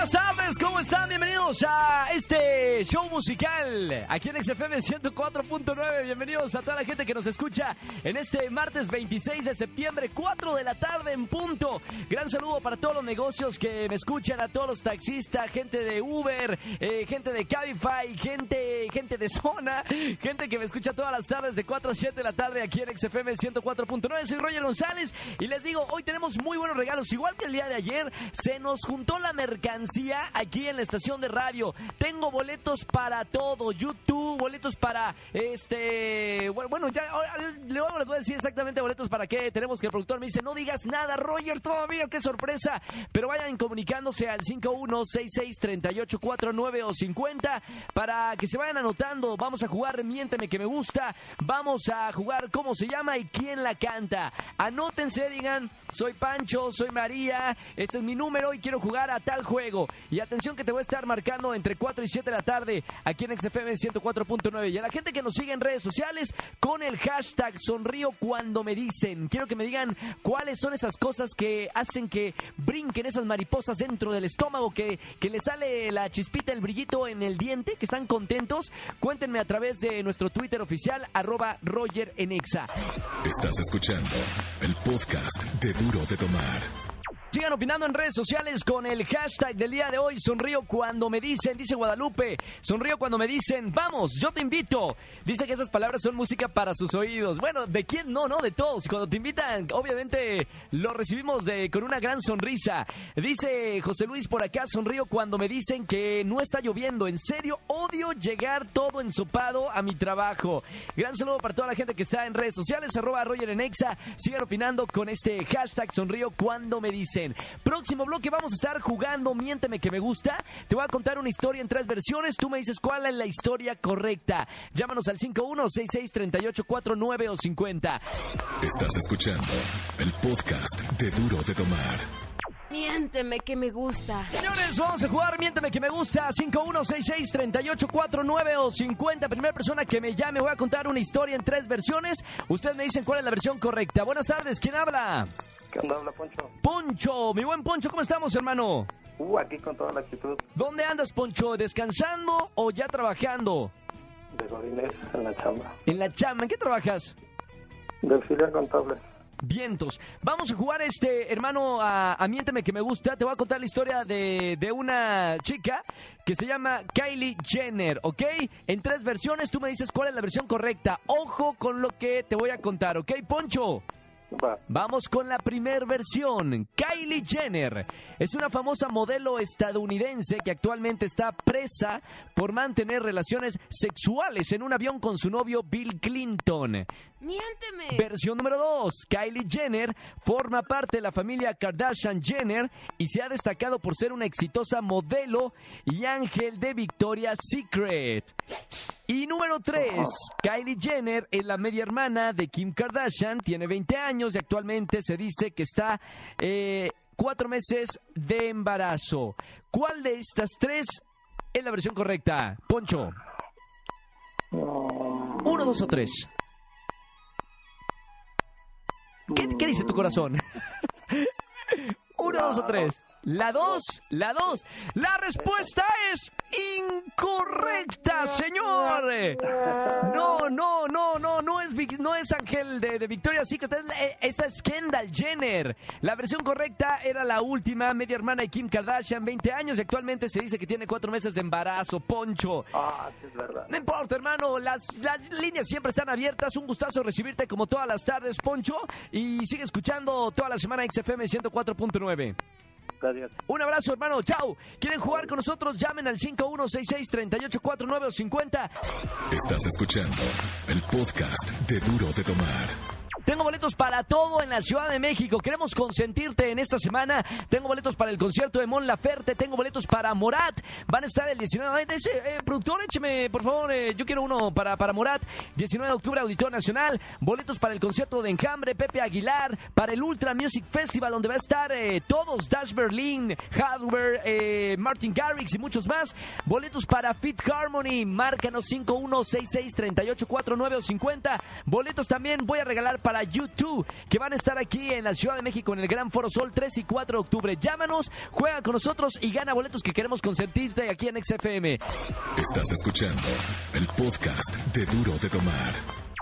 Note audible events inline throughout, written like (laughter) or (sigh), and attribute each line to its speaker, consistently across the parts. Speaker 1: Buenas tardes, ¿cómo están? Bienvenidos a este show musical aquí en XFM 104.9. Bienvenidos a toda la gente que nos escucha en este martes 26 de septiembre, 4 de la tarde en punto. Gran saludo para todos los negocios que me escuchan, a todos los taxistas, gente de Uber, eh, gente de Cabify, gente, gente de Zona, gente que me escucha todas las tardes de 4 a 7 de la tarde aquí en XFM 104.9. Soy Roger González y les digo, hoy tenemos muy buenos regalos. Igual que el día de ayer, se nos juntó la mercancía aquí en la estación de radio. Tengo boletos para todo, YouTube, boletos para este... Bueno, bueno, ya ahora, luego les voy a decir exactamente boletos para qué tenemos que el productor me dice, no digas nada, Roger, todavía, qué sorpresa. Pero vayan comunicándose al 51663849 o 50 para que se vayan anotando. Vamos a jugar Miénteme que me gusta. Vamos a jugar cómo se llama y quién la canta. Anótense, digan, soy Pancho, soy María, este es mi número y quiero jugar a tal juego. Y atención que te voy a estar marcando entre 4 y 7 de la tarde aquí en XFM 104.9. Y a la gente que nos sigue en redes sociales con el hashtag sonrío cuando me dicen. Quiero que me digan cuáles son esas cosas que hacen que brinquen esas mariposas dentro del estómago, que, que les sale la chispita, el brillito en el diente, que están contentos. Cuéntenme a través de nuestro Twitter oficial, arroba Roger en Exa.
Speaker 2: Estás escuchando el podcast de Duro de Tomar.
Speaker 1: Sigan opinando en redes sociales con el hashtag del día de hoy. Sonrío cuando me dicen, dice Guadalupe. Sonrío cuando me dicen, vamos, yo te invito. Dice que esas palabras son música para sus oídos. Bueno, ¿de quién no? No, de todos. Cuando te invitan, obviamente lo recibimos de, con una gran sonrisa. Dice José Luis por acá, sonrío cuando me dicen que no está lloviendo. En serio, odio llegar todo ensopado a mi trabajo. Gran saludo para toda la gente que está en redes sociales, arroba Roger en Exa. Sigan opinando con este hashtag sonrío cuando me dicen. Próximo bloque vamos a estar jugando Miénteme que me gusta. Te voy a contar una historia en tres versiones. Tú me dices cuál es la historia correcta. Llámanos al 51663849 o 50.
Speaker 2: Estás escuchando el podcast de Duro de Tomar.
Speaker 3: Miénteme que me gusta.
Speaker 1: Señores, vamos a jugar Miénteme que me gusta 51663849 o 50. Primera persona que me llame, voy a contar una historia en tres versiones. Ustedes me dicen cuál es la versión correcta. Buenas tardes, ¿quién habla?
Speaker 4: ¿Qué onda, habla Poncho?
Speaker 1: Poncho, mi buen Poncho, ¿cómo estamos, hermano?
Speaker 4: Uh, aquí con toda la actitud
Speaker 1: ¿Dónde andas, Poncho? ¿Descansando o ya trabajando?
Speaker 4: de Godines en la chamba.
Speaker 1: En la chamba, ¿en qué trabajas?
Speaker 4: De auxiliar contable.
Speaker 1: Vientos. Vamos a jugar este, hermano, a, a Miénteme que me gusta. Te voy a contar la historia de, de una chica que se llama Kylie Jenner, ¿ok? En tres versiones, tú me dices cuál es la versión correcta. Ojo con lo que te voy a contar, ¿ok, Poncho?
Speaker 4: Va.
Speaker 1: Vamos con la primer versión. Kylie Jenner es una famosa modelo estadounidense que actualmente está presa por mantener relaciones sexuales en un avión con su novio Bill Clinton.
Speaker 3: Miénteme.
Speaker 1: Versión número 2. Kylie Jenner forma parte de la familia Kardashian Jenner y se ha destacado por ser una exitosa modelo y ángel de Victoria's Secret. Y número 3. Kylie Jenner es la media hermana de Kim Kardashian, tiene 20 años y actualmente se dice que está eh, cuatro meses de embarazo. ¿Cuál de estas tres es la versión correcta? Poncho. Uno, dos o tres. ¿Qué, qué dice tu corazón? (laughs) Uno, dos o tres. La dos, la dos. La respuesta es incorrecta, señor. No, no, no, no, no es, Vic- no es Ángel de, de Victoria Secret. es la- Esa es Kendall Jenner. La versión correcta era la última, media hermana de Kim Kardashian, 20 años. y Actualmente se dice que tiene cuatro meses de embarazo, Poncho.
Speaker 4: Ah, sí, es verdad.
Speaker 1: No importa, hermano, las, las líneas siempre están abiertas. Un gustazo recibirte como todas las tardes, Poncho. Y sigue escuchando toda la semana XFM 104.9.
Speaker 4: Gracias.
Speaker 1: Un abrazo, hermano. Chao. ¿Quieren jugar con nosotros? Llamen al 5166-3849 o 50.
Speaker 2: Estás escuchando el podcast de Duro de Tomar.
Speaker 1: Tengo boletos para todo en la Ciudad de México. Queremos consentirte en esta semana. Tengo boletos para el concierto de Mon Laferte. Tengo boletos para Morat. Van a estar el 19. de- ese, eh, productor, écheme, por favor. eh, yo quiero uno para, para Morat. 19 de octubre, Auditor Nacional. Boletos para el concierto de Enjambre, Pepe Aguilar. Para el Ultra Music Festival, donde va a estar eh, todos: Dash Berlin, Hardware, eh, Martin Garrix y muchos más. Boletos para Fit Harmony. Márcanos 51663849 o 50. Boletos también voy a regalar para YouTube, que van a estar aquí en la Ciudad de México en el Gran Foro Sol 3 y 4 de octubre. Llámanos, juega con nosotros y gana boletos que queremos consentirte aquí en XFM.
Speaker 2: Estás escuchando el podcast de Duro de Tomar.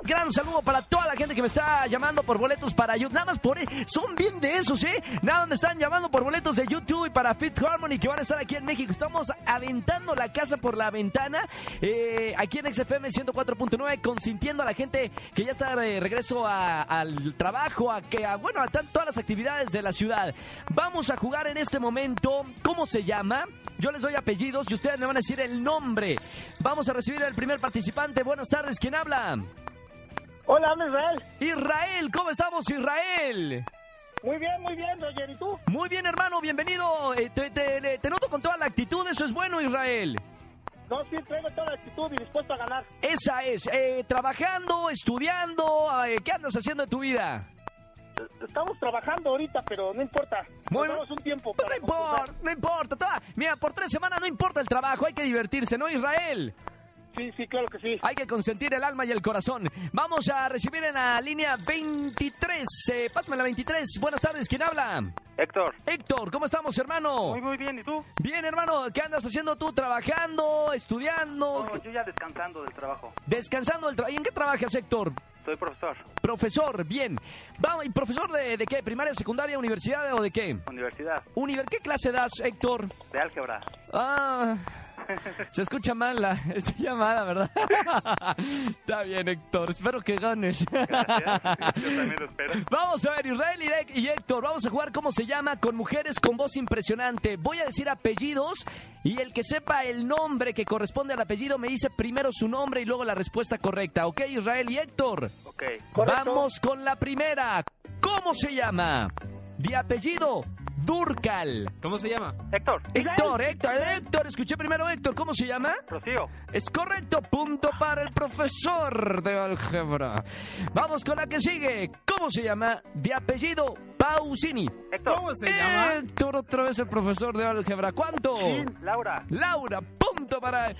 Speaker 1: Gran saludo para toda la gente que me está llamando por boletos para YouTube. Nada más por... e- Son bien de esos, ¿eh? Nada, me están llamando por boletos de YouTube y para Fit Harmony que van a estar aquí en México. Estamos aventando la casa por la ventana. eh, aquí en XFM 104.9, consintiendo a la gente que ya está de regreso a- al trabajo, a que, a, bueno, a tan- todas las actividades de la ciudad. Vamos a jugar en este momento. ¿Cómo se llama? Yo les doy apellidos y ustedes me van a decir el nombre. Vamos a recibir al primer participante. Buenas tardes, ¿quién habla?
Speaker 5: Hola, habla Israel.
Speaker 1: Israel, ¿cómo estamos, Israel?
Speaker 5: Muy bien, muy bien, Roger. ¿Y tú?
Speaker 1: Muy bien, hermano, bienvenido. Eh, te, te- le- te noto con toda la actitud, eso es bueno, Israel.
Speaker 5: No, sí, traigo toda la actitud y dispuesto a ganar.
Speaker 1: Esa es, eh, trabajando, estudiando, eh, ¿qué andas haciendo de tu vida?
Speaker 5: Estamos trabajando ahorita, pero no importa.
Speaker 1: Bueno.
Speaker 5: Tenemos un tiempo
Speaker 1: No
Speaker 5: para...
Speaker 1: importa, no importa. toda- mira, por tres semanas no importa el trabajo, hay que divertirse, ¿no, Israel?
Speaker 5: Sí, sí, claro que sí.
Speaker 1: Hay que consentir el alma y el corazón. Vamos a recibir en la línea 23. Eh, pásame la 23. Buenas tardes, ¿quién habla?
Speaker 6: Héctor,
Speaker 1: Héctor, ¿cómo estamos, hermano?
Speaker 6: muy muy bien, ¿y tú?
Speaker 1: Bien, hermano, ¿qué andas haciendo tú? ¿Trabajando? ¿Estudiando?
Speaker 6: No, yo ya descansando del trabajo.
Speaker 1: ¿Descansando? El tra- ¿Y en qué trabajas, Héctor?
Speaker 6: Soy profesor,
Speaker 1: Profesor, bien. Vamos, ¿y profesor de, de qué? ¿Primaria, secundaria, universidad o de qué?
Speaker 6: universidad,
Speaker 1: Univer ¿Qué clase das, Héctor?
Speaker 6: de álgebra.
Speaker 1: Ah, se escucha mal la, (laughs) esta llamada,
Speaker 7: (laughs)
Speaker 1: ¿verdad? Está bien, Héctor, espero que ganes.
Speaker 7: Ah.
Speaker 6: Gracias. Yo también lo espero.
Speaker 1: Vamos a ver, Israel y Hec- y Héctor, vamos a jugar cómo se llama con mujeres con voz impresionante. Voy a decir apellidos y el que sepa el nombre que corresponde al apellido me dice primero su nombre y luego la respuesta correcta. ¿Ok, Israel y Héctor?
Speaker 6: Ok,
Speaker 5: Correcto.
Speaker 1: Vamos con la primera. ¿Cómo se llama? De apellido, Durcal.
Speaker 7: ¿Cómo se llama?
Speaker 6: Héctor,
Speaker 1: Héctor, Héctor, Héctor, escuché primero Héctor, ¿cómo se llama?
Speaker 6: Rocío,
Speaker 1: Es correcto, punto para el profesor de álgebra. Vamos con la que sigue. ¿Cómo se llama? De apellido Pausini.
Speaker 6: Héctor,
Speaker 7: ¿Cómo se llama?
Speaker 1: Héctor, otra vez el profesor de álgebra. ¿Cuánto?
Speaker 6: Laura,
Speaker 1: Laura, punto para...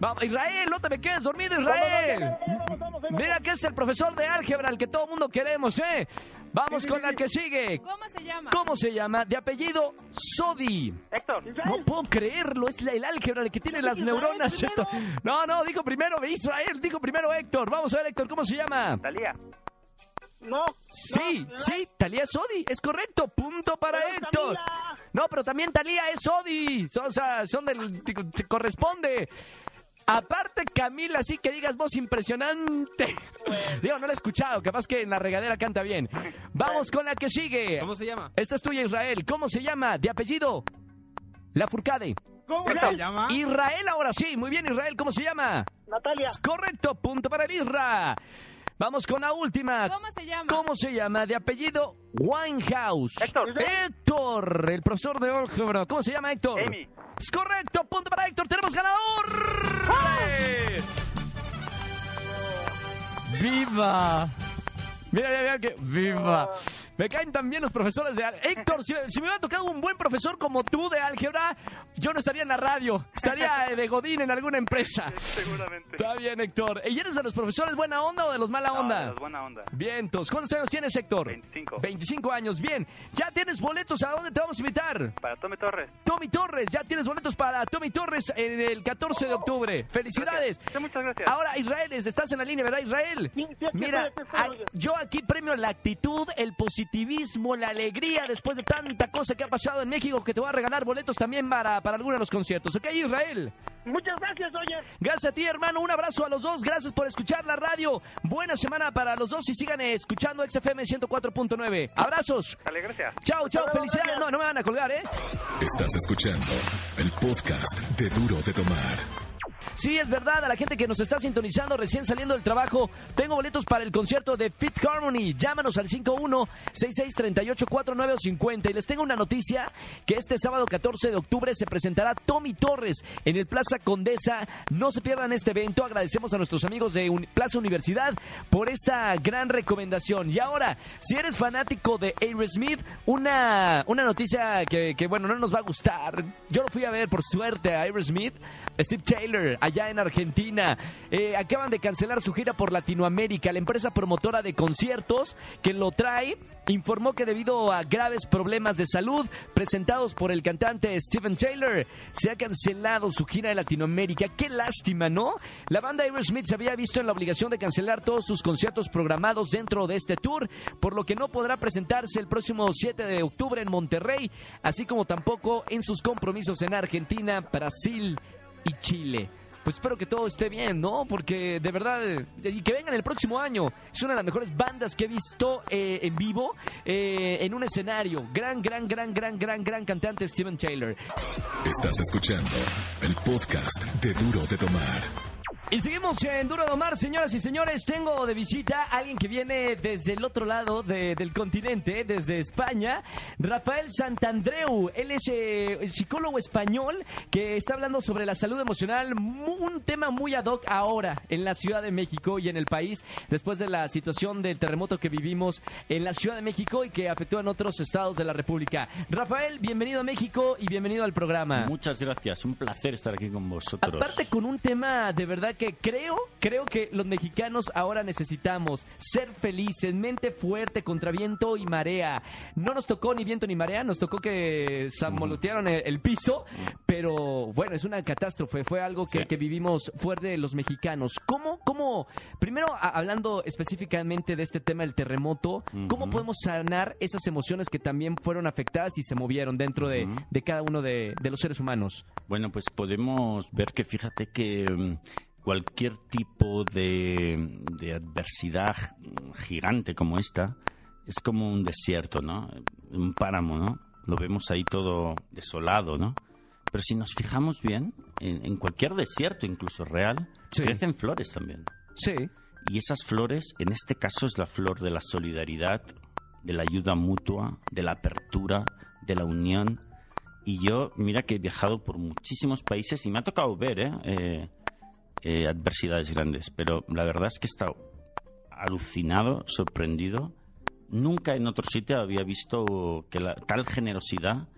Speaker 1: Vamos, Israel, no te me quedes dormido, Israel.
Speaker 5: Vamos, vamos, vamos.
Speaker 1: Mira que es el profesor de álgebra, el que todo el mundo queremos, ¿eh? Vamos con la que sigue.
Speaker 3: ¿Cómo se llama?
Speaker 1: ¿Cómo se llama? De apellido Sodi.
Speaker 6: Héctor,
Speaker 1: No puedo creerlo, es la- el álgebra el que tiene las neuronas.
Speaker 5: Israel primero.
Speaker 1: Héctor. No, no, dijo primero Israel, dijo primero Héctor. Vamos a ver, Héctor, ¿cómo se llama?
Speaker 6: Talía,
Speaker 5: No.
Speaker 1: Sí,
Speaker 5: no,
Speaker 1: sí, Talía es Sodi, es correcto, punto para
Speaker 5: Pero
Speaker 1: Héctor.
Speaker 5: Talía.
Speaker 1: No, pero también Talía es Sodi, son- o sea, son del. te- te corresponde. Aparte, Camila, sí que digas voz impresionante. Digo, no la he escuchado, capaz que en la regadera canta bien. Vamos con la que sigue.
Speaker 7: ¿Cómo se llama?
Speaker 1: Esta es tuya, Israel. ¿Cómo se llama? De apellido. La Furcade.
Speaker 7: ¿Cómo se llama?
Speaker 1: Israel ahora sí, muy bien Israel, ¿cómo se llama?
Speaker 5: Natalia.
Speaker 1: Es correcto, punto para el Isra. Vamos con la última.
Speaker 3: ¿Cómo se llama?
Speaker 1: ¿Cómo se llama? De apellido Winehouse.
Speaker 6: Héctor.
Speaker 1: Héctor, el profesor de álgebra. ¿Cómo se llama Héctor?
Speaker 6: Amy.
Speaker 1: Es correcto, punto para Héctor. Tenemos ganador. ¡Viva! Mira, mira, mira que. ¡Viva!
Speaker 6: Oh.
Speaker 1: Me caen también los profesores de álgebra. Héctor, si, si me hubiera tocado un buen profesor como tú de álgebra, yo no estaría en la radio.
Speaker 6: (laughs)
Speaker 1: Estaría eh, de Godín en alguna empresa.
Speaker 6: seguramente.
Speaker 1: Está bien, Héctor. ¿Y eres de los profesores buena onda o de los mala
Speaker 6: No,
Speaker 1: onda?
Speaker 6: de las buena onda.
Speaker 1: Vientos. ¿Cuántos años tienes, Héctor?
Speaker 6: 25.
Speaker 1: 25 años, bien. Ya tienes boletos. ¿A dónde te vamos a invitar?
Speaker 6: Para Tommy Torres.
Speaker 1: Tommy Torres, ya tienes boletos para Tommy Torres en el 14 de octubre. Felicidades.
Speaker 6: Gracias. Sí, muchas gracias.
Speaker 1: Ahora, Israel, es- estás en la línea, ¿verdad, Israel?
Speaker 5: Sí, sí, aquí
Speaker 1: Mira,
Speaker 5: estoy, aquí
Speaker 1: a-
Speaker 5: estoy, oye.
Speaker 1: yo aquí premio la actitud, el positivismo, la alegría después de tanta cosa que ha pasado en México que te voy a regalar boletos también para, para alguno de los conciertos. ¿Ok, Israel?
Speaker 5: Muchas gracias, Roger.
Speaker 1: Gracias a ti, hermano. Un abrazo a los dos. Gracias por escuchar la radio. Buena semana para los dos y sigan eh, escuchando XFM 104.9. Abrazos.
Speaker 6: Dale, gracias.
Speaker 1: Chao, chao. Felicidades. No, no me van a colgar, ¿eh?
Speaker 2: Estás escuchando el podcast de Duro de Tomar.
Speaker 1: Sí, es verdad, a la gente que nos está sintonizando recién saliendo del trabajo, tengo boletos para el concierto de Fit Harmony. Llámanos al 51 6638 4950 y les tengo una noticia que este sábado 14 de octubre se presentará Tommy Torres en el Plaza Condesa. No se pierdan este evento. Agradecemos a nuestros amigos de Uni- Plaza Universidad por esta gran recomendación. Y ahora, si eres fanático de Aerosmith, una, una noticia que, que, bueno, no nos va a gustar. Yo lo fui a ver, por suerte, a Aerosmith. Steve Taylor, allá en Argentina. Eh, acaban de cancelar su gira por Latinoamérica. La empresa promotora de conciertos que lo trae informó que debido a graves problemas de salud presentados por el cantante Steven Taylor, se ha cancelado su gira de Latinoamérica. Qué lástima, ¿no? La banda Aerosmith se había visto en la obligación de cancelar todos sus conciertos programados dentro de este tour, por lo que no podrá presentarse el próximo 7 de octubre en Monterrey, así como tampoco en sus compromisos en Argentina, Brasil y Chile. Pues espero que todo esté bien, ¿no? Porque de verdad, eh, y que vengan el próximo año. Es una de las mejores bandas que he visto eh, en vivo eh, en un escenario. Gran, gran, gran, gran, gran, gran cantante Steven Taylor.
Speaker 2: Estás escuchando el podcast de Duro de Tomar.
Speaker 1: Y seguimos en Duro de Omar, señoras y señores. Tengo de visita a alguien que viene desde el otro lado de- del continente, desde España. Rafael Santandreu. Él es eh, el psicólogo español que está hablando sobre la salud emocional. mu- Un tema muy ad hoc ahora en la Ciudad de México y en el país, después de la situación del terremoto que vivimos en la Ciudad de México y que afectó en otros estados de la República. Rafael, bienvenido a México y bienvenido al programa.
Speaker 8: Muchas gracias, un placer estar aquí con vosotros.
Speaker 1: Ah. Aparte con un tema de verdad que creo, creo que los mexicanos ahora necesitamos ser felices, mente fuerte contra viento y marea. No nos tocó ni viento ni marea, nos tocó que zamolotearon el, el piso, pero bueno, es una catástrofe, fue algo que,
Speaker 8: Sí.
Speaker 1: que vivimos fuerte los mexicanos. ¿Cómo, cómo, primero a- hablando específicamente de este tema del terremoto, cómo
Speaker 8: Ujú.
Speaker 1: podemos sanar esas emociones que también fueron afectadas y se movieron dentro de,
Speaker 8: Ujú.
Speaker 1: de cada uno de, de los seres humanos?
Speaker 8: Bueno, pues podemos ver que fíjate que mm, cualquier tipo de, de adversidad mm, gigante como esta es como un desierto, ¿no? Un páramo, ¿no? Lo vemos ahí todo desolado, ¿no? Pero si nos fijamos bien, en, en cualquier desierto, incluso real,
Speaker 1: Sí.
Speaker 8: crecen flores también.
Speaker 1: Sí.
Speaker 8: Y esas flores, en este caso, es la flor de la solidaridad, de la ayuda mutua, de la apertura, de la unión. Y yo, mira que he viajado por muchísimos países y me ha tocado ver ¿eh? Eh, eh, adversidades grandes, pero la verdad es que he estado alucinado, sorprendido. Nunca en otro sitio había visto que la- tal generosidad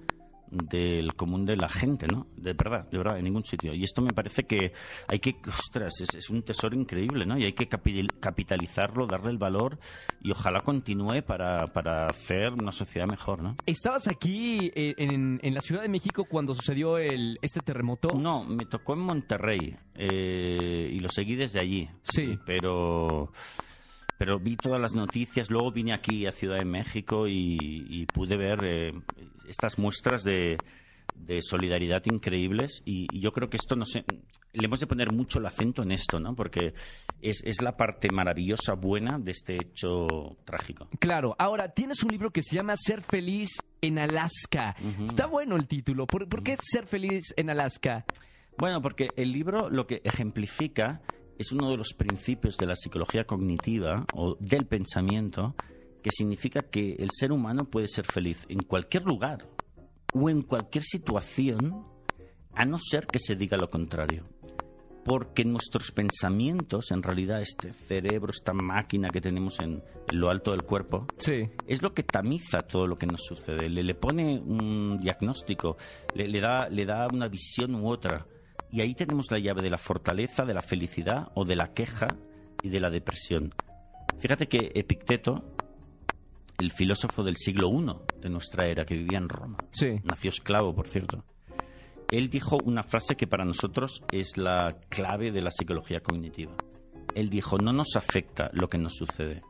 Speaker 8: del común de la gente, ¿no? De verdad, de verdad, en ningún sitio. Y esto me parece que hay que, ostras, es, es un tesoro increíble, ¿no? Y hay que capi- capitalizarlo, darle el valor y ojalá continúe para, para hacer una sociedad mejor, ¿no?
Speaker 1: ¿Estabas aquí eh, en, en la Ciudad de México cuando sucedió el, este terremoto?
Speaker 8: No, me tocó en Monterrey eh, y lo seguí desde allí.
Speaker 1: Sí.
Speaker 8: Pero, pero vi todas las noticias, luego vine aquí a Ciudad de México y, y pude ver eh, estas muestras de, de solidaridad increíbles y, y yo creo que esto no sé, le hemos de poner mucho el acento en esto, ¿no? Porque es, es la parte maravillosa, buena de este hecho trágico.
Speaker 1: Claro, ahora tienes un libro que se llama Ser feliz en Alaska.
Speaker 8: Ujú.
Speaker 1: Está bueno el título. ¿Por, por qué ser feliz en Alaska?
Speaker 8: Bueno, porque el libro lo que ejemplifica es uno de los principios de la psicología cognitiva o del pensamiento que significa que el ser humano puede ser feliz en cualquier lugar o en cualquier situación a no ser que se diga lo contrario. Porque nuestros pensamientos, en realidad este cerebro, esta máquina que tenemos en lo alto del cuerpo,
Speaker 1: Sí.
Speaker 8: es lo que tamiza todo lo que nos sucede, le, le pone un diagnóstico, le, le da, le da una visión u otra. Y ahí tenemos la llave de la fortaleza, de la felicidad o de la queja y de la depresión. Fíjate que Epicteto, el filósofo del siglo I de nuestra era, que vivía en Roma,
Speaker 1: Sí.
Speaker 8: nació esclavo, por cierto, él dijo una frase que para nosotros es la clave de la psicología cognitiva. Él dijo, no nos afecta lo que nos sucede,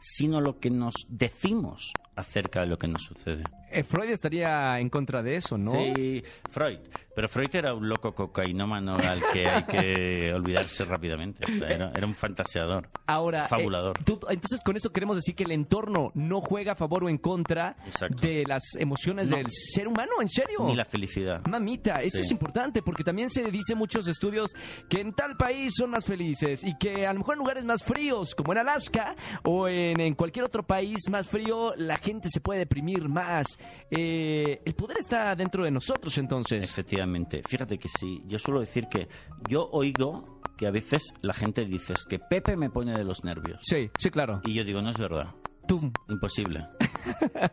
Speaker 8: sino lo que nos decimos acerca de lo que nos sucede.
Speaker 1: Eh, Freud estaría en contra de eso, ¿no?
Speaker 8: Sí, Freud. Pero Freud era un loco cocainómano al que hay que olvidarse rápidamente. O sea, era, era un fantaseador.
Speaker 1: Ahora, eh,
Speaker 8: Fabulador.
Speaker 1: tú- entonces con esto queremos decir que el entorno no juega a favor o en contra
Speaker 8: Exacto.
Speaker 1: de las emociones
Speaker 8: No.
Speaker 1: del ser humano, ¿en serio?
Speaker 8: Ni la felicidad.
Speaker 1: Mamita, esto
Speaker 8: Sí.
Speaker 1: es importante porque también se dice en muchos estudios que en tal país son más felices y que a lo mejor en lugares más fríos, como en Alaska o en, en cualquier otro país más frío, la gente se puede deprimir más. Eh, el poder está dentro de nosotros entonces.
Speaker 8: Efectivamente. Fíjate que sí. Yo suelo decir que yo oigo que a veces la gente dice "Es que Pepe me pone de los nervios.
Speaker 1: Sí, sí, claro.
Speaker 8: Y yo digo, no es verdad.
Speaker 1: Tú,
Speaker 8: Imposible.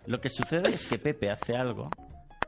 Speaker 8: Lo que sucede es que Pepe hace algo,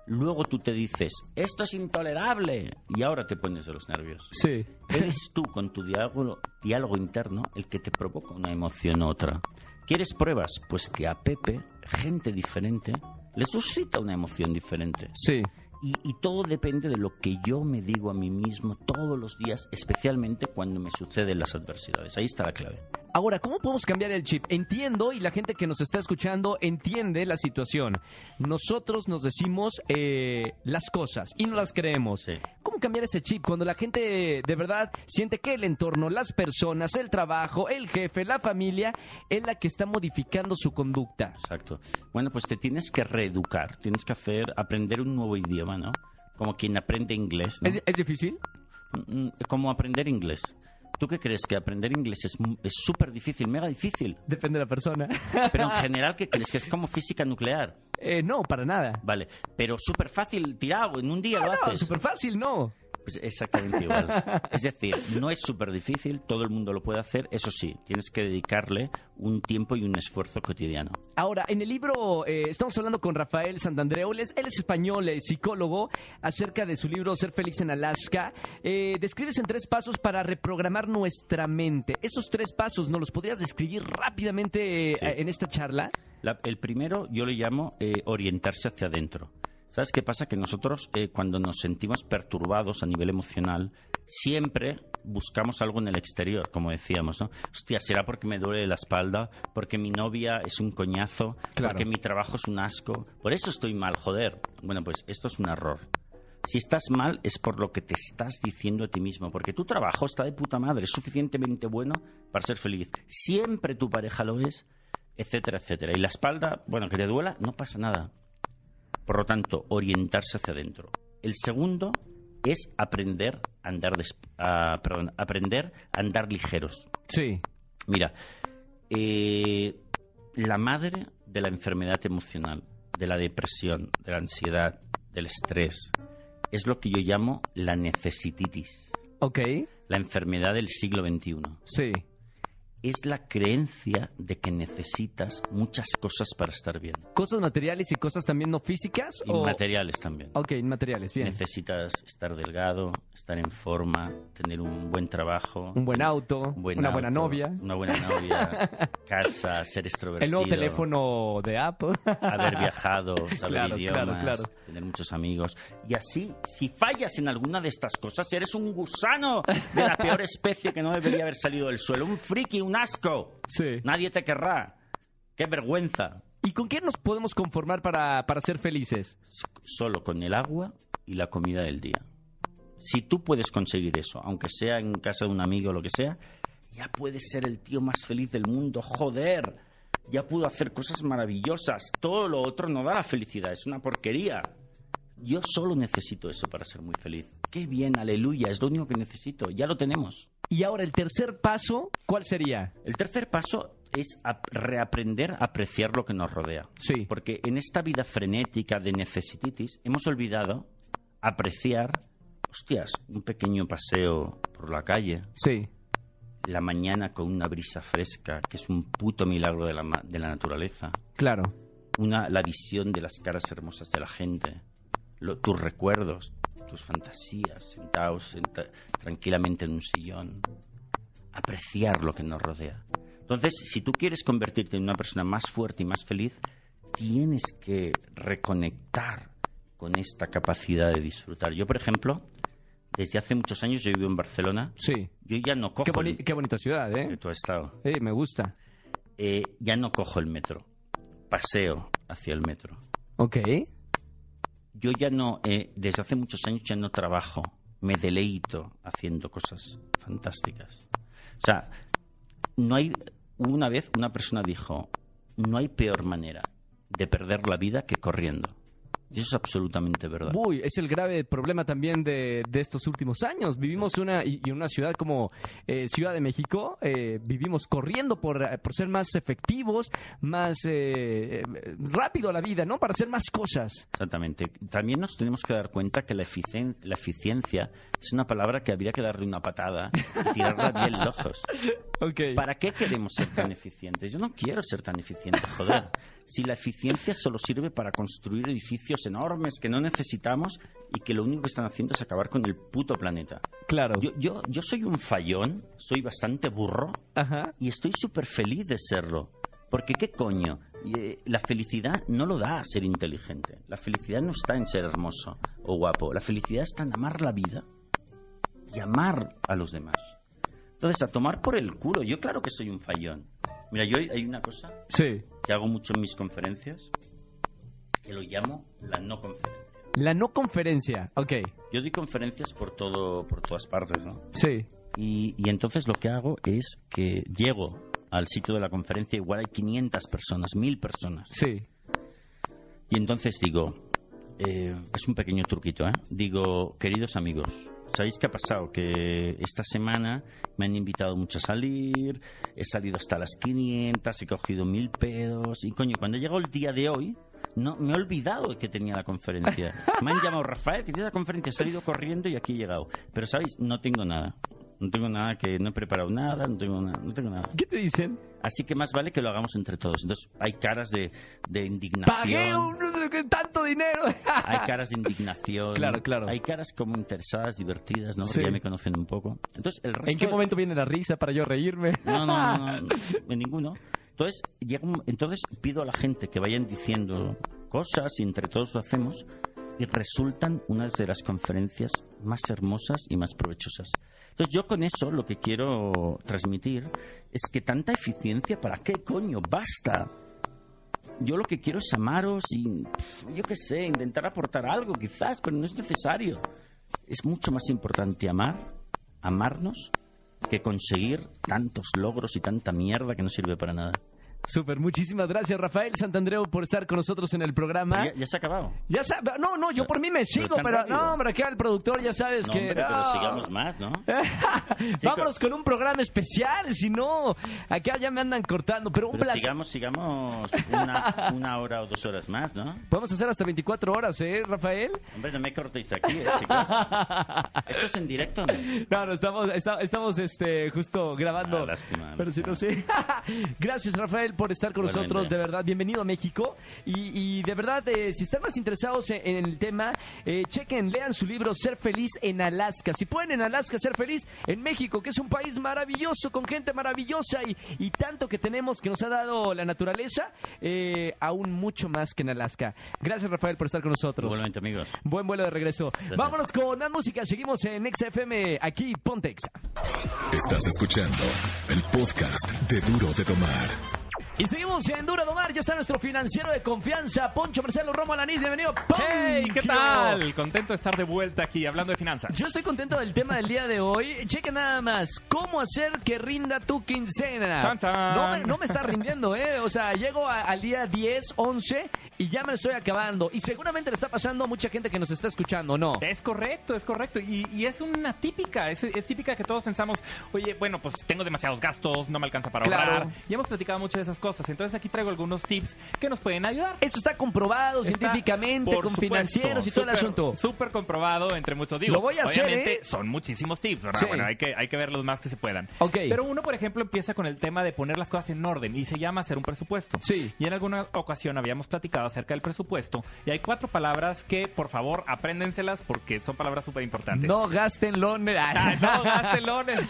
Speaker 8: luego tú te dices, esto es intolerable, y ahora te pones de los nervios.
Speaker 1: sí.
Speaker 8: Eres tú con tu diálogo, diálogo interno el que te provoca una emoción u otra. ¿Quieres pruebas? Pues que a Pepe, gente diferente, le suscita una emoción diferente.
Speaker 1: Sí.
Speaker 8: Y, y todo depende de lo que yo me digo a mí mismo todos los días, especialmente cuando me suceden las adversidades. Ahí está la clave.
Speaker 1: Ahora, ¿cómo podemos cambiar el chip? Entiendo y la gente que nos está escuchando entiende la situación. Nosotros nos decimos eh, las cosas y no las creemos.
Speaker 8: Sí.
Speaker 1: ¿Cómo cambiar ese chip cuando la gente de verdad siente que el entorno, las personas, el trabajo, el jefe, la familia es la que está modificando su conducta?
Speaker 8: Exacto. Bueno, pues te tienes que reeducar, tienes que hacer, aprender un nuevo idioma, ¿no? Como quien aprende inglés, ¿no?
Speaker 1: ¿Es, es difícil?
Speaker 8: Mm, mm, Como aprender inglés. ¿Tú qué crees? ¿Que aprender inglés es mu- es súper difícil, mega difícil?
Speaker 1: Depende de la persona.
Speaker 8: Pero en general, ¿qué crees? ¿Que es como física nuclear?
Speaker 1: (laughs) Eh, no, para nada.
Speaker 8: Vale. Pero súper fácil, tirado, en un día lo
Speaker 1: No,
Speaker 8: haces.
Speaker 1: súper fácil, no.
Speaker 8: Pues exactamente igual. Es decir, no es súper difícil, todo el mundo lo puede hacer, eso sí, tienes que dedicarle un tiempo y un esfuerzo cotidiano.
Speaker 1: Ahora, en el libro eh, estamos hablando con Rafael Santandreu, él es, él es español, eh, psicólogo, acerca de su libro Ser feliz en Alaska. Eh, describes en tres pasos para reprogramar nuestra mente. Estos tres pasos, ¿nos los podrías describir rápidamente eh,
Speaker 8: Sí.
Speaker 1: en esta charla?
Speaker 8: La- el primero yo le llamo eh, orientarse hacia adentro. ¿Sabes qué pasa? Que nosotros eh, cuando nos sentimos perturbados a nivel emocional, siempre buscamos algo en el exterior, como decíamos, ¿no? Hostia, será porque me duele la espalda, porque mi novia es un coñazo,
Speaker 1: Claro.
Speaker 8: porque mi trabajo es un asco, por eso estoy mal, joder. Bueno, pues esto es un error. Si estás mal es por lo que te estás diciendo a ti mismo, porque tu trabajo está de puta madre, es suficientemente bueno para ser feliz. Siempre tu pareja lo es, etcétera, etcétera. Y la espalda, bueno, que te duela, no pasa nada. Por lo tanto, orientarse hacia adentro. El segundo es aprender a andar, des- a- perdón, aprender a andar ligeros.
Speaker 1: Sí.
Speaker 8: Mira, eh, la madre de la enfermedad emocional, de la depresión, de la ansiedad, del estrés, es lo que yo llamo la necesititis,
Speaker 1: Ok,
Speaker 8: la enfermedad del siglo XXI.
Speaker 1: sí.
Speaker 8: Es la creencia de que necesitas muchas cosas para estar bien.
Speaker 1: ¿Cosas materiales y cosas también no físicas?
Speaker 8: Y
Speaker 1: o-
Speaker 8: materiales también.
Speaker 1: Ok, inmateriales, bien.
Speaker 8: Necesitas estar delgado, estar en forma, tener un buen trabajo,
Speaker 1: Un buen auto,
Speaker 8: un buen
Speaker 1: una buena
Speaker 8: auto,
Speaker 1: novia,
Speaker 8: una buena
Speaker 1: (laughs)
Speaker 8: novia, casa, ser extrovertido,
Speaker 1: el nuevo teléfono de Apple.
Speaker 8: haber viajado, saber
Speaker 1: Claro,
Speaker 8: idiomas,
Speaker 1: claro, claro.
Speaker 8: tener muchos amigos. Y así, si fallas en alguna de estas cosas, eres un gusano de la peor especie que no debería haber salido del suelo, un friki, un asco.
Speaker 1: (laughs) sí.
Speaker 8: Nadie te querrá. Qué vergüenza.
Speaker 1: ¿Y con qué nos podemos conformar para, para ser felices?
Speaker 8: solo con el agua y la comida del día. Si tú puedes conseguir eso, aunque sea en casa de un amigo o lo que sea, ya puedes ser el tío más feliz del mundo, joder. Ya pudo hacer cosas maravillosas. Todo lo otro no da la felicidad, es una porquería. Yo solo necesito eso para ser muy feliz. Qué bien, aleluya, es lo único que necesito. Ya lo tenemos.
Speaker 1: Y ahora el tercer paso, ¿cuál sería?
Speaker 8: El tercer paso es ap- reaprender a apreciar lo que nos rodea.
Speaker 1: Sí.
Speaker 8: Porque en esta vida frenética de necesititis hemos olvidado apreciar, hostias, un pequeño paseo por la calle,
Speaker 1: Sí.
Speaker 8: la mañana con una brisa fresca, que es un puto milagro de la, ma- de la naturaleza,
Speaker 1: Claro.
Speaker 8: una, la visión de las caras hermosas de la gente, lo- tus recuerdos, tus fantasías, sentados senta- tranquilamente en un sillón, apreciar lo que nos rodea. Entonces, si tú quieres convertirte en una persona más fuerte y más feliz, tienes que reconectar con esta capacidad de disfrutar. Yo, por ejemplo, desde hace muchos años yo vivo en Barcelona.
Speaker 1: Sí.
Speaker 8: Yo ya no cojo.
Speaker 1: Qué, boni-
Speaker 8: el-
Speaker 1: qué bonita ciudad, ¿eh?
Speaker 8: Tú has estado
Speaker 1: Eh, me gusta.
Speaker 8: eh, ya no cojo el metro. Paseo, hacia el metro.
Speaker 1: Ok.
Speaker 8: Yo ya no, eh, desde hace muchos años ya no trabajo, me deleito haciendo cosas fantásticas. O sea, no hay, una vez una persona dijo, no hay peor manera de perder la vida que corriendo. Y eso es absolutamente verdad.
Speaker 1: Uy, es el grave problema también de, de estos últimos años. Vivimos una y y en una ciudad como eh, Ciudad de México, eh, vivimos corriendo por, eh, por ser más efectivos, más eh, eh, rápido la vida, ¿no? Para hacer más cosas.
Speaker 8: Exactamente. También nos tenemos que dar cuenta que la, eficien- la eficiencia es una palabra que habría que darle una patada y tirarla bien lejos.
Speaker 1: Ok.
Speaker 8: ¿Para qué queremos ser tan eficientes? Yo no quiero ser tan eficiente, joder. Si la eficiencia solo sirve para construir edificios enormes que no necesitamos y que lo único que están haciendo es acabar con el puto planeta.
Speaker 1: claro.
Speaker 8: Yo, yo, yo soy un fallón, soy bastante burro
Speaker 1: Ajá.
Speaker 8: y estoy súper feliz de serlo. Porque qué coño, Y, eh, la felicidad no lo da a ser inteligente. La felicidad no está en ser hermoso o guapo. La felicidad está en amar la vida y amar a los demás. Entonces, a tomar por el culo. Yo claro que soy un fallón. Mira, yo hay una cosa
Speaker 1: Sí.
Speaker 8: que hago mucho en mis conferencias, que lo llamo la no conferencia.
Speaker 1: La no conferencia. Ok.
Speaker 8: Yo doy conferencias por, todo, por todas partes, ¿no?
Speaker 1: Sí.
Speaker 8: Y, y entonces lo que hago es que llego al sitio de la conferencia, igual hay 500 personas, 1000 personas.
Speaker 1: Sí.
Speaker 8: Y entonces digo, eh, es un pequeño truquito, ¿eh? Digo, queridos amigos, ¿sabéis qué ha pasado? Que esta semana me han invitado mucho a salir, he salido hasta las 500, he cogido 1000 pedos, y coño, cuando llegó el día de hoy... No, me he olvidado de que tenía la conferencia. Me han llamado Rafael, que tiene la conferencia, he salido corriendo y aquí he llegado. Pero, ¿sabéis? No tengo nada. No tengo nada que... No he preparado nada, no tengo nada, no tengo nada.
Speaker 1: ¿Qué te dicen?
Speaker 8: Así que más vale que lo hagamos entre todos. Entonces hay caras de, de indignación.
Speaker 1: Pagué un, tanto dinero. (laughs)
Speaker 8: Hay caras de indignación.
Speaker 1: Claro, claro.
Speaker 8: Hay caras como interesadas, divertidas, ¿no? Porque
Speaker 1: Sí.
Speaker 8: ya me conocen un poco. Entonces, el resto.
Speaker 1: ¿En qué momento viene la risa para yo reírme?
Speaker 8: No, no, no, no, en ninguno. Entonces, llega un- entonces pido a la gente que vayan diciendo cosas y entre todos lo hacemos y resultan unas de las conferencias más hermosas y más provechosas. Entonces yo con eso lo que quiero transmitir es que tanta eficiencia, ¿para qué coño? Basta. Yo lo que quiero es amaros y, pf, yo qué sé, intentar aportar algo quizás, pero no es necesario. Es mucho más importante amar, amarnos, que conseguir tantos logros y tanta mierda que no sirve para nada.
Speaker 1: (laughs) Súper, muchísimas gracias Rafael Santandreu por estar con nosotros en el programa.
Speaker 8: Ya, ya se ha acabado.
Speaker 1: Ya sabes, no, no, yo por mí me sigo,
Speaker 8: tan
Speaker 1: pero
Speaker 8: rápido.
Speaker 1: no, hombre, acá el productor ya sabes
Speaker 8: No,
Speaker 1: que.
Speaker 8: hombre,
Speaker 1: no.
Speaker 8: pero
Speaker 1: (laughs)
Speaker 8: sigamos más, ¿no?
Speaker 1: Vámonos con un programa especial, si no, acá ya me andan cortando, pero un
Speaker 8: Pero
Speaker 1: placer.
Speaker 8: sigamos, sigamos una, una hora o dos horas más, ¿no?
Speaker 1: Podemos hacer hasta 24 horas, ¿eh, Rafael?
Speaker 8: Hombre, no me cortéis aquí, ¿eh, chicos. Esto es en directo, ¿no?
Speaker 1: No, no, estamos, esta- estamos este, justo grabando.
Speaker 8: Ah, lástima,
Speaker 1: Pero si no, sí. (laughs) Gracias, Rafael, por estar con
Speaker 8: Igualmente.
Speaker 1: nosotros. De verdad, bienvenido a México. Y, y de verdad, eh, si están más interesados en, en el tema, eh, chequen, lean su libro Ser Feliz en Alaska. Si pueden en Alaska ser feliz, en México, que es un país maravilloso, con gente maravillosa y, y tanto que tenemos que nos ha dado la naturaleza, eh, aún mucho más que en Alaska. Gracias, Rafael, por estar con nosotros.
Speaker 8: Igualmente, amigos.
Speaker 1: Buen vuelo de regreso. Vámonos con más música. Seguimos en XFM aquí, Pontex.
Speaker 2: Estás escuchando el podcast de Duro de Tomar.
Speaker 1: Y seguimos en Dura Domar. Ya está nuestro financiero de confianza, Poncho Marcelo Romo Alanís. Bienvenido, Poncho.
Speaker 7: ¡Hey! ¿Qué tal? Contento de estar de vuelta aquí hablando de finanzas.
Speaker 1: Yo estoy contento del tema del día de hoy. Cheque nada más. ¿Cómo hacer que rinda tu quincena?
Speaker 7: Chan, chan.
Speaker 1: No, me, no me está rindiendo, ¿eh? O sea, llego a- al día 10, 11 y ya me lo estoy acabando. Y seguramente le está pasando a mucha gente que nos está escuchando, ¿no?
Speaker 7: Es correcto, es correcto. Y, y es una típica, es, es típica que todos pensamos, oye, bueno, pues tengo demasiados gastos, no me alcanza para
Speaker 1: Claro.
Speaker 7: ahorrar. Y hemos platicado muchas de esas cosas. Entonces aquí traigo algunos tips que nos pueden ayudar.
Speaker 1: Esto está comprobado
Speaker 7: Está,
Speaker 1: científicamente,
Speaker 7: por
Speaker 1: con
Speaker 7: supuesto,
Speaker 1: financieros y todo el
Speaker 7: súper-
Speaker 1: asunto.
Speaker 7: Súper comprobado, entre muchos. Digo,
Speaker 1: Lo voy a hacer,
Speaker 7: obviamente
Speaker 1: ¿eh?
Speaker 7: son muchísimos tips, ¿verdad?
Speaker 1: Sí.
Speaker 7: Bueno, hay que, hay que ver los más que se puedan.
Speaker 1: Ok.
Speaker 7: Pero uno, por ejemplo, empieza con el tema de poner las cosas en orden y se llama hacer un presupuesto.
Speaker 1: Sí.
Speaker 7: Y en alguna ocasión habíamos platicado acerca del presupuesto y hay cuatro palabras que, por favor, apréndenselas porque son palabras súper importantes.
Speaker 1: No gasten lo...
Speaker 7: Ah,
Speaker 1: (laughs)
Speaker 7: no, gastelones.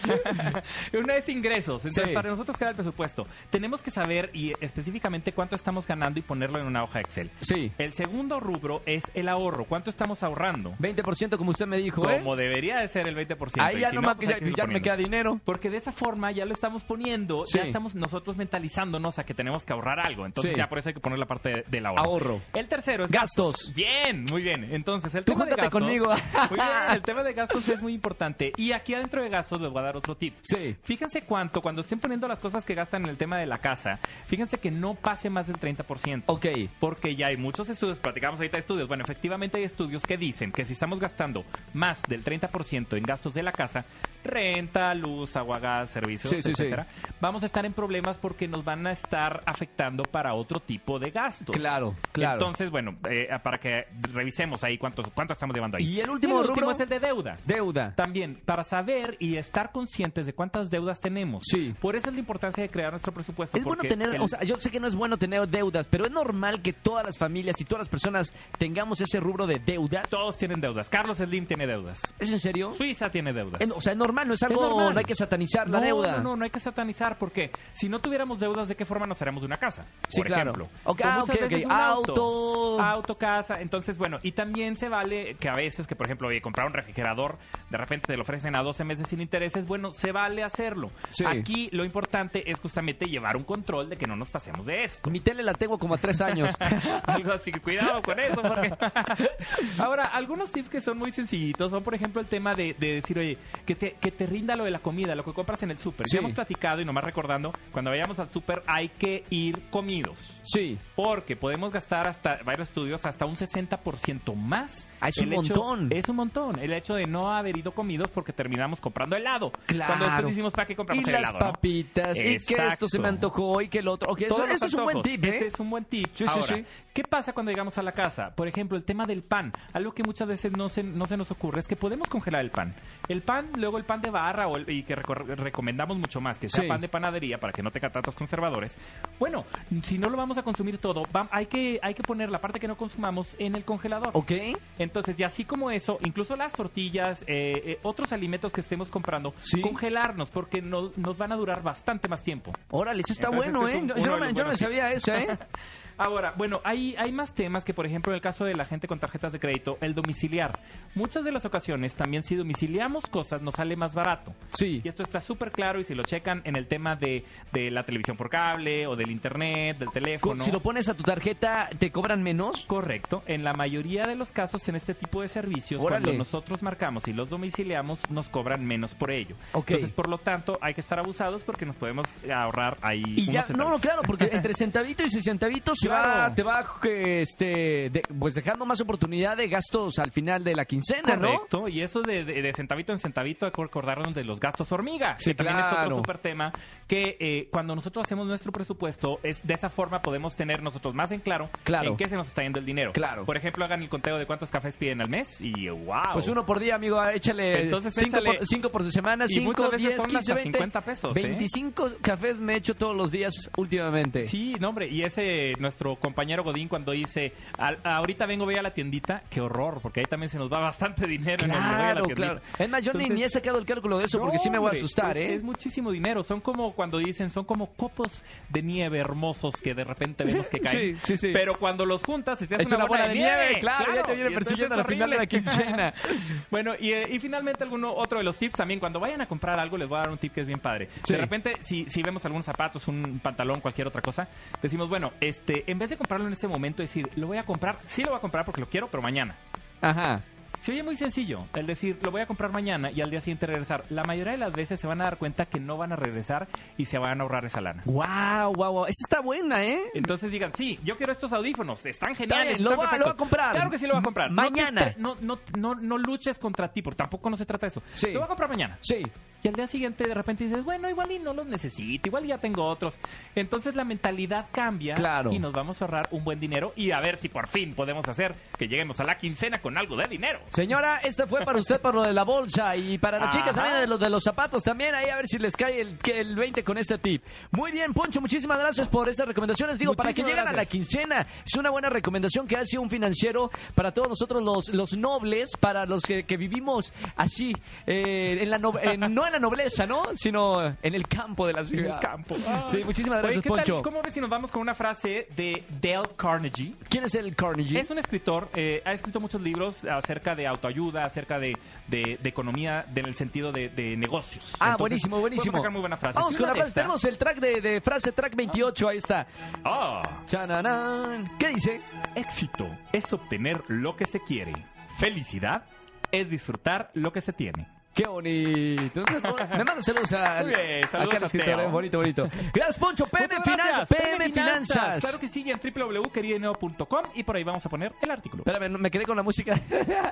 Speaker 7: Una es ingresos. Entonces,
Speaker 1: Sí.
Speaker 7: para nosotros queda el presupuesto. Tenemos que saber ver y específicamente cuánto estamos ganando y ponerlo en una hoja Excel.
Speaker 1: Sí.
Speaker 7: El segundo rubro es el ahorro. ¿cuánto estamos ahorrando?
Speaker 1: 20% como usted me dijo, ¿eh?
Speaker 7: Como debería de ser el 20%.
Speaker 1: Ahí
Speaker 7: y
Speaker 1: ya
Speaker 7: si
Speaker 1: no, me-
Speaker 7: pues
Speaker 1: ya-
Speaker 7: hay que ir
Speaker 1: ya no me
Speaker 7: poniendo.
Speaker 1: queda dinero.
Speaker 7: Porque de esa forma ya lo estamos poniendo, ya
Speaker 1: Sí.
Speaker 7: estamos nosotros mentalizándonos a que tenemos que ahorrar algo. Entonces
Speaker 1: Sí.
Speaker 7: ya por eso hay que poner la parte de- del ahorro.
Speaker 1: Ahorro.
Speaker 7: El tercero es
Speaker 1: Gastos.
Speaker 7: Bien, muy bien. Entonces, el
Speaker 1: Tú
Speaker 7: tema de
Speaker 1: júntate
Speaker 7: gastos.
Speaker 1: conmigo.
Speaker 7: (laughs) Muy bien, el tema de gastos es muy importante. Y aquí adentro de gastos les voy a dar otro tip.
Speaker 1: Sí.
Speaker 7: Fíjense cuánto, cuando estén poniendo las cosas que gastan en el tema de la casa, fíjense que no pase más del 30%.
Speaker 1: Ok.
Speaker 7: Porque ya hay muchos estudios, platicamos ahorita de estudios. Bueno, efectivamente hay estudios que dicen que si estamos gastando más del 30% en gastos de la casa, renta, luz, agua, gas, servicios,
Speaker 1: Sí, sí, sí.
Speaker 7: etcétera, vamos a estar en problemas porque nos van a estar afectando para otro tipo de gastos.
Speaker 1: Claro, claro.
Speaker 7: Entonces, bueno, eh, para que revisemos ahí cuánto, cuánto estamos llevando ahí.
Speaker 1: ¿Y el último rubro?
Speaker 7: es el de deuda.
Speaker 1: Deuda.
Speaker 7: También, para saber y estar conscientes de cuántas deudas tenemos.
Speaker 1: Sí.
Speaker 7: Por eso es la importancia de crear nuestro presupuesto.
Speaker 1: Es bueno
Speaker 7: porque
Speaker 1: tener,
Speaker 7: el-
Speaker 1: o sea, yo sé que no es bueno tener deudas, pero es normal que todas las familias y todas las personas tengamos ese rubro de deudas.
Speaker 7: Todos tienen deudas. Carlos Slim tiene deudas.
Speaker 1: ¿Es en serio?
Speaker 7: Suiza tiene deudas.
Speaker 1: Es- o sea, es normal, no es
Speaker 7: Es
Speaker 1: algo,
Speaker 7: normal.
Speaker 1: no hay que satanizar la
Speaker 7: no,
Speaker 1: deuda.
Speaker 7: No, no, no hay que satanizar porque si no tuviéramos deudas, ¿de qué forma nos haremos de una casa?
Speaker 1: Sí,
Speaker 7: por
Speaker 1: claro.
Speaker 7: ejemplo.
Speaker 1: Ok,
Speaker 7: O
Speaker 1: ah,
Speaker 7: muchas
Speaker 1: ok, ok.
Speaker 7: veces un
Speaker 1: Auto.
Speaker 7: Auto, casa. Entonces, bueno, y también se vale que a veces, que por ejemplo, oye, comprar un refrigerador, de repente te lo ofrecen a 12 meses sin intereses. Bueno, se vale hacerlo.
Speaker 1: Sí.
Speaker 7: Aquí lo importante es justamente llevar un control de que no nos pasemos de esto.
Speaker 1: Mi tele la tengo como a tres
Speaker 7: (laughs)
Speaker 1: años. (laughs)
Speaker 7: Algo así, que cuidado con eso. Porque... (laughs) Ahora, algunos tips que son muy sencillitos son, por ejemplo, el tema de, de decir, oye, que te, que te rinda lo de la comida, lo que compras en el súper.
Speaker 1: Sí.
Speaker 7: Ya hemos platicado y nomás recordando, cuando vayamos al súper hay que ir comidos.
Speaker 1: sí.
Speaker 7: Porque podemos gastar hasta, varios estudios, hasta un 60% más.
Speaker 1: Ah, es un
Speaker 7: El hecho-
Speaker 1: montón.
Speaker 7: Es un montón. El hecho de no haber ido comidos porque terminamos comprando helado.
Speaker 1: Claro.
Speaker 7: Cuando después decimos, ¿para qué
Speaker 1: Y
Speaker 7: compramos el
Speaker 1: las
Speaker 7: helado? no?"
Speaker 1: papitas, y que esto
Speaker 7: Exacto.
Speaker 1: se me antojó, y que el otro. Ok, eso,
Speaker 7: Todos los
Speaker 1: eso es un buen
Speaker 7: antojos.
Speaker 1: tip, ¿eh?
Speaker 7: Ese es un buen tip.
Speaker 1: Sí, sí,
Speaker 7: Ahora,
Speaker 1: sí.
Speaker 7: ¿qué pasa cuando llegamos a la casa? Por ejemplo, el tema del pan. Algo que muchas veces no se, no se nos ocurre es que podemos congelar el pan. El pan, luego el pan de barra, o el- y que recor- recomendamos mucho más, que sea
Speaker 1: Sí.
Speaker 7: pan de panadería para que no tenga tantos conservadores. Bueno, si no lo vamos a consumir todo, va- hay, que, hay que poner la parte que no consumamos en el congelador.
Speaker 1: Ok.
Speaker 7: Entonces, ya así como eso, incluso las tortillas, eh, eh, otros alimentos que estemos comprando,
Speaker 1: Sí.
Speaker 7: congelarnos porque no- nos van a durar bastante más tiempo.
Speaker 1: Órale, eso está
Speaker 7: Entonces,
Speaker 1: bueno,
Speaker 7: este es
Speaker 1: ¿eh?
Speaker 7: un-
Speaker 1: Yo-
Speaker 7: uno
Speaker 1: yo no
Speaker 7: de
Speaker 1: me,
Speaker 7: los
Speaker 1: yo no me
Speaker 7: buenos
Speaker 1: sabía
Speaker 7: tips.
Speaker 1: eso,
Speaker 7: (laughs)
Speaker 1: ¿eh?
Speaker 7: Ahora, bueno, hay, hay más temas que, por ejemplo, en el caso de la gente con tarjetas de crédito, el domiciliar. Muchas de las ocasiones también si domiciliamos cosas nos sale más barato.
Speaker 1: Sí.
Speaker 7: Y esto está súper claro y si lo checan en el tema de, de la televisión por cable o del internet, del
Speaker 1: Co-
Speaker 7: teléfono.
Speaker 1: Si lo pones a tu tarjeta, ¿te cobran menos?
Speaker 7: Correcto. En la mayoría de los casos en este tipo de servicios,
Speaker 1: Órale.
Speaker 7: cuando nosotros marcamos y los domiciliamos, nos cobran menos por ello.
Speaker 1: Ok.
Speaker 7: Entonces, por lo tanto, hay que estar abusados porque nos podemos ahorrar ahí.
Speaker 1: Y ya,
Speaker 7: unos
Speaker 1: no, no,
Speaker 7: centavitos.
Speaker 1: claro, porque entre centavito y centavito se va,
Speaker 7: Claro.
Speaker 1: te va que, este, de- pues dejando más oportunidad de gastos al final de la quincena, ¿no?
Speaker 7: Correcto, y eso de, de- de centavito en centavito, acor- acordarnos de los gastos hormiga,
Speaker 1: Sí,
Speaker 7: que también es
Speaker 1: claro.
Speaker 7: otro súper tema, que eh, cuando nosotros hacemos nuestro presupuesto, es de esa forma podemos tener nosotros más en claro,
Speaker 1: Claro.
Speaker 7: en qué se nos está yendo el dinero.
Speaker 1: Claro.
Speaker 7: Por ejemplo, hagan el conteo de cuántos cafés piden al mes y wow.
Speaker 1: Pues uno por día, amigo, échale
Speaker 7: Entonces,
Speaker 1: cinco,
Speaker 7: échale-
Speaker 1: Por, cinco por semana,
Speaker 7: Y
Speaker 1: 5,
Speaker 7: muchas veces
Speaker 1: 10,
Speaker 7: son
Speaker 1: 15,
Speaker 7: hasta
Speaker 1: 20.
Speaker 7: 50 pesos, ¿eh?
Speaker 1: 25 cafés me he hecho todos los días últimamente.
Speaker 7: Sí, no, hombre, y ese nuestro compañero Godín cuando dice, "Al- ahorita vengo, voy a la tiendita, qué horror, porque ahí también se nos va bastante dinero. en el voy a la
Speaker 1: Claro,
Speaker 7: tiendita.
Speaker 1: claro. Es más, yo ni- ni he
Speaker 7: Entonces-
Speaker 1: sacado el cálculo de eso porque
Speaker 7: No,
Speaker 1: sí me voy a
Speaker 7: hombre,
Speaker 1: asustar,
Speaker 7: es-
Speaker 1: ¿eh?
Speaker 7: Es muchísimo dinero. Son como cuando dicen, son como copos de nieve hermosos que de repente vemos
Speaker 1: (laughs)
Speaker 7: que caen.
Speaker 1: Sí, sí, sí.
Speaker 7: Pero cuando los juntas, se te hace
Speaker 1: Es una bola de nieve, claro, ya te viene
Speaker 7: y entonces
Speaker 1: persiguiendo
Speaker 7: es
Speaker 1: al final de la
Speaker 7: horrible.
Speaker 1: (laughs) quincena.
Speaker 7: bueno, y, eh, y finalmente, alguno otro de los tips también. Cuando vayan a comprar algo, les voy a dar un tip que es bien padre.
Speaker 1: Sí.
Speaker 7: De repente, si, si vemos algunos zapatos, un pantalón, cualquier otra cosa, decimos, bueno, este en vez de comprarlo en ese momento, decir, lo voy a comprar, sí lo voy a comprar porque lo quiero, pero mañana.
Speaker 1: Ajá.
Speaker 7: Se oye muy sencillo el decir, lo voy a comprar mañana y al día siguiente regresar. La mayoría de las veces se van a dar cuenta que no van a regresar y se van a ahorrar esa lana.
Speaker 1: Wow, wow, wow. Esta está buena, ¿eh?
Speaker 7: Entonces digan, sí, yo quiero estos audífonos, están
Speaker 1: Está
Speaker 7: geniales.
Speaker 1: bien, lo
Speaker 7: están
Speaker 1: va-
Speaker 7: perfectos".
Speaker 1: lo va a comprar.
Speaker 7: Claro que sí lo va a comprar.
Speaker 1: Ma-
Speaker 7: No te
Speaker 1: mañana.
Speaker 7: esté- No, no, no, no luches contra ti, porque tampoco no se trata de eso.
Speaker 1: Sí.
Speaker 7: Lo va a comprar mañana.
Speaker 1: Sí.
Speaker 7: Y al día siguiente de repente dices, bueno, igual y no los necesito, igual ya tengo otros. Entonces la mentalidad cambia
Speaker 1: Claro.
Speaker 7: y nos vamos a ahorrar un buen dinero y a ver si por fin podemos hacer que lleguemos a la quincena con algo de dinero.
Speaker 1: Señora, esta fue para usted, para lo de la bolsa y para las
Speaker 7: Ajá.
Speaker 1: chicas también, de los de los zapatos también. Ahí a ver si les cae el, que el 20 con este tip. Muy bien, Poncho, muchísimas gracias por estas recomendaciones. Digo, para que
Speaker 7: Muchísimas
Speaker 1: lleguen a la
Speaker 7: gracias.
Speaker 1: quincena, es una buena recomendación que hace un financiero para todos nosotros los, los nobles, para los que, que vivimos así, eh, en la no- en- no en la nobleza, ¿no? Sino en el campo de la
Speaker 7: En
Speaker 1: ciudad.
Speaker 7: el campo.
Speaker 1: Sí, muchísimas
Speaker 7: Ah. Oye,
Speaker 1: gracias,
Speaker 7: ¿qué tal?
Speaker 1: Poncho.
Speaker 7: ¿Cómo ves si nos vamos con una frase de Dale Carnegie?
Speaker 1: ¿Quién es el Carnegie?
Speaker 7: Es un escritor, eh, ha escrito muchos libros acerca de autoayuda, acerca de, de- de economía, de- en el sentido de, de negocios.
Speaker 1: Ah,
Speaker 7: Entonces,
Speaker 1: buenísimo, buenísimo.
Speaker 7: podemos sacar muy buena frase.
Speaker 1: Vamos
Speaker 7: Y
Speaker 1: con
Speaker 7: una
Speaker 1: la
Speaker 7: de
Speaker 1: frase.
Speaker 7: esta-
Speaker 1: Tenemos el track de, de frase, track 28, ahí está.
Speaker 7: Ah,
Speaker 1: Chananán. ¿Qué dice?
Speaker 7: éxito es obtener lo que se quiere. Felicidad es disfrutar lo que se tiene.
Speaker 1: Qué bonito. Entonces, me manda saludos a,
Speaker 7: (laughs) Muy bien, saludos
Speaker 1: acá al
Speaker 7: a
Speaker 1: escritor,
Speaker 7: Teo.
Speaker 1: ¿eh? Bonito, bonito. Gracias, Poncho. PM,
Speaker 7: Muchas
Speaker 1: Finanzas.
Speaker 7: gracias.
Speaker 1: PM Finanzas.
Speaker 7: Claro que sí, y en www.querideneo.com y por ahí vamos a poner el artículo.
Speaker 1: Espérame, no, me quedé con la música.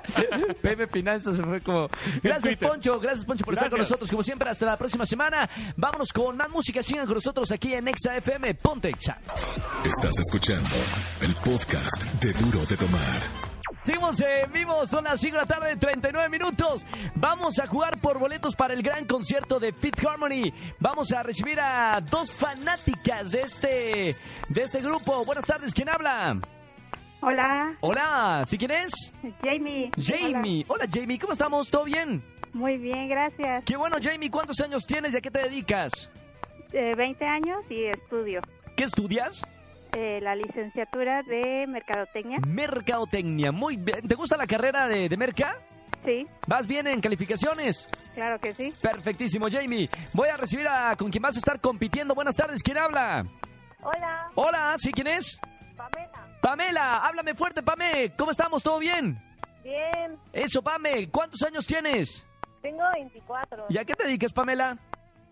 Speaker 1: (laughs) PM Finanzas se fue como. Gracias,
Speaker 7: Twitter.
Speaker 1: Poncho. Gracias, Poncho, por estar con
Speaker 7: Gracias.
Speaker 1: nosotros. Como siempre, hasta la próxima semana. Vámonos con más música. Sigan con nosotros aquí en Exa FM. Ponte Exa.
Speaker 2: Estás escuchando el podcast de Duro de Tomar.
Speaker 1: Seguimos en vivo, son las 5 de la tarde, 39 minutos. Vamos a jugar por boletos para el gran concierto de Fit Harmony. Vamos a recibir a dos fanáticas de este, de este grupo. Buenas tardes, ¿quién habla?
Speaker 9: Hola,
Speaker 1: Hola, ¿sí quién es?
Speaker 9: Jamie.
Speaker 1: Jamie. Hola, Jamie, ¿cómo estamos? ¿Todo bien?
Speaker 9: Hola. Muy bien, gracias.
Speaker 1: Qué bueno, Jamie, ¿cuántos años tienes y a qué te dedicas?
Speaker 9: Eh, 20 años y estudio
Speaker 1: ¿Qué estudias?
Speaker 9: eh, la licenciatura de Mercadotecnia.
Speaker 1: Mercadotecnia. Muy bien. ¿Te gusta la carrera de, de Merca?
Speaker 9: Sí,
Speaker 1: ¿Vas bien en calificaciones?
Speaker 9: claro que sí.
Speaker 1: Perfectísimo, Jamie. Voy a recibir a con quien vas a estar compitiendo. Buenas tardes, ¿quién habla?
Speaker 9: Hola,
Speaker 1: Hola, ¿sí quién es?
Speaker 9: Pamela.
Speaker 1: Pamela, háblame fuerte, Pame. ¿Cómo estamos? ¿Todo bien?
Speaker 9: Bien,
Speaker 1: Eso, Pame, ¿cuántos años tienes?
Speaker 9: tengo 24.
Speaker 1: ¿Y a qué te dedicas, Pamela?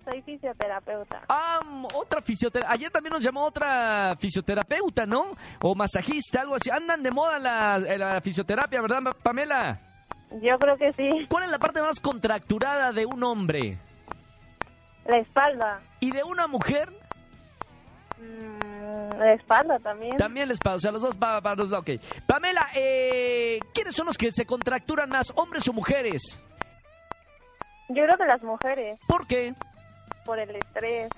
Speaker 9: Soy fisioterapeuta.
Speaker 1: Ah, mm, otra fisioterapeuta. Ayer también nos llamó otra fisioterapeuta, ¿no? O masajista, algo así. Andan de moda la, eh, la fisioterapia, ¿verdad, Pamela?
Speaker 9: Yo creo que sí.
Speaker 1: ¿Cuál es la parte más contracturada de un hombre?
Speaker 9: La espalda.
Speaker 1: ¿Y de una mujer?
Speaker 9: Mm, la espalda
Speaker 10: ¿Eh?
Speaker 9: también.
Speaker 1: También les pago, o sea, los dos para los dos, ok. Pamela, eh, ¿quiénes son los que se contracturan más, hombres o mujeres?
Speaker 9: Yo creo que las mujeres,
Speaker 1: ¿Por qué?
Speaker 9: por el estrés.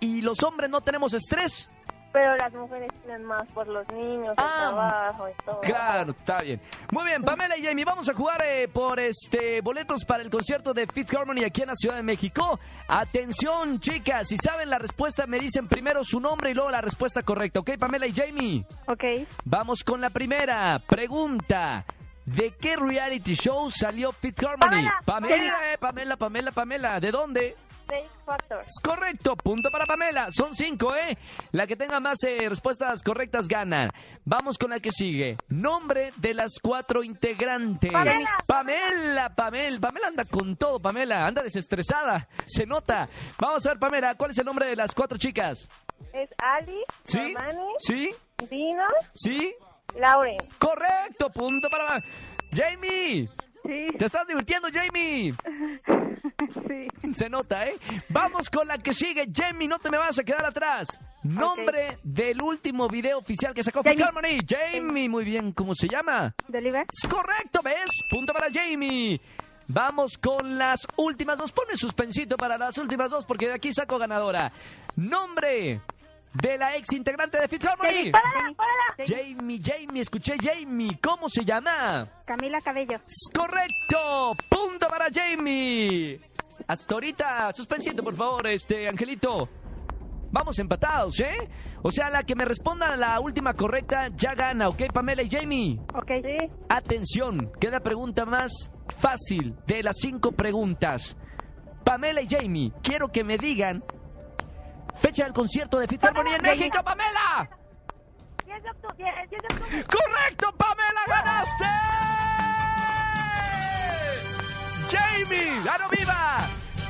Speaker 1: ¿Y los hombres no tenemos estrés?
Speaker 9: Pero las mujeres tienen más por los niños,
Speaker 1: el Ah, trabajo
Speaker 9: y todo.
Speaker 1: Claro, está bien. Muy bien, Pamela y Jamie, vamos a jugar eh, por este boletos para el concierto de Fit Harmony aquí en la Ciudad de México. Atención, chicas, si saben la respuesta, me dicen primero su nombre y luego la respuesta correcta, ¿ok, Pamela y Jamie?
Speaker 9: Ok,
Speaker 1: Vamos con la primera pregunta. ¿De qué reality show salió Fit Harmony?
Speaker 9: Pamela,
Speaker 1: Pamela, eh, Pamela, Pamela, Pamela. ¿De dónde?
Speaker 9: seis factors.
Speaker 1: Es correcto, punto para Pamela. Son cinco, ¿eh? La que tenga más eh, respuestas correctas gana. Vamos con la que sigue. Nombre de las cuatro integrantes.
Speaker 9: Pamela.
Speaker 1: Pamela, Pamela. Pamela anda con todo, Pamela. Anda desestresada. Se nota. Vamos a ver, Pamela, ¿cuál es el nombre de las cuatro chicas?
Speaker 9: Es Ali,
Speaker 1: ¿Sí?
Speaker 9: Normani,
Speaker 1: ¿Sí?
Speaker 9: Dino,
Speaker 1: ¿Sí?
Speaker 9: Lauren.
Speaker 1: Correcto, punto para Jamie.
Speaker 9: Sí,
Speaker 1: Te estás divirtiendo, Jamie.
Speaker 9: (laughs) sí.
Speaker 1: Se nota, ¿eh? Vamos con la que sigue, Jamie. No te me vas a quedar atrás. Nombre del último video oficial que sacó Fit
Speaker 9: Jamie.
Speaker 1: Harmony. Jamie, muy bien. ¿Cómo se llama?
Speaker 9: ¿Deliver?
Speaker 1: Es correcto, ¿ves? Punto para Jamie. Vamos con las últimas dos. Ponme suspensito para las últimas dos porque de aquí saco ganadora. Nombre de la ex integrante de Fit Harmony.
Speaker 9: ¡Párala, párala!
Speaker 1: Jamie, Jamie, escuché Jamie. ¿Cómo se llama?
Speaker 9: Camila Cabello.
Speaker 1: Es Correcto, punto para Jamie. Hasta ahorita, suspensito, por favor, este Angelito. Vamos empatados, ¿eh? O sea, la que me responda la última correcta ya gana, ¿ok, Pamela y Jamie?
Speaker 9: Ok. Sí.
Speaker 1: Atención, queda pregunta más fácil de las cinco preguntas. Pamela y Jamie, quiero que me digan fecha del concierto de Fit Harmony en
Speaker 9: Pamela,
Speaker 1: México, Pamela.
Speaker 9: 10 de octubre, 10 de octubre.
Speaker 1: ¡Correcto, Pamela! ¡Ganaste! ¡Jamie! ¡Ah, no viva!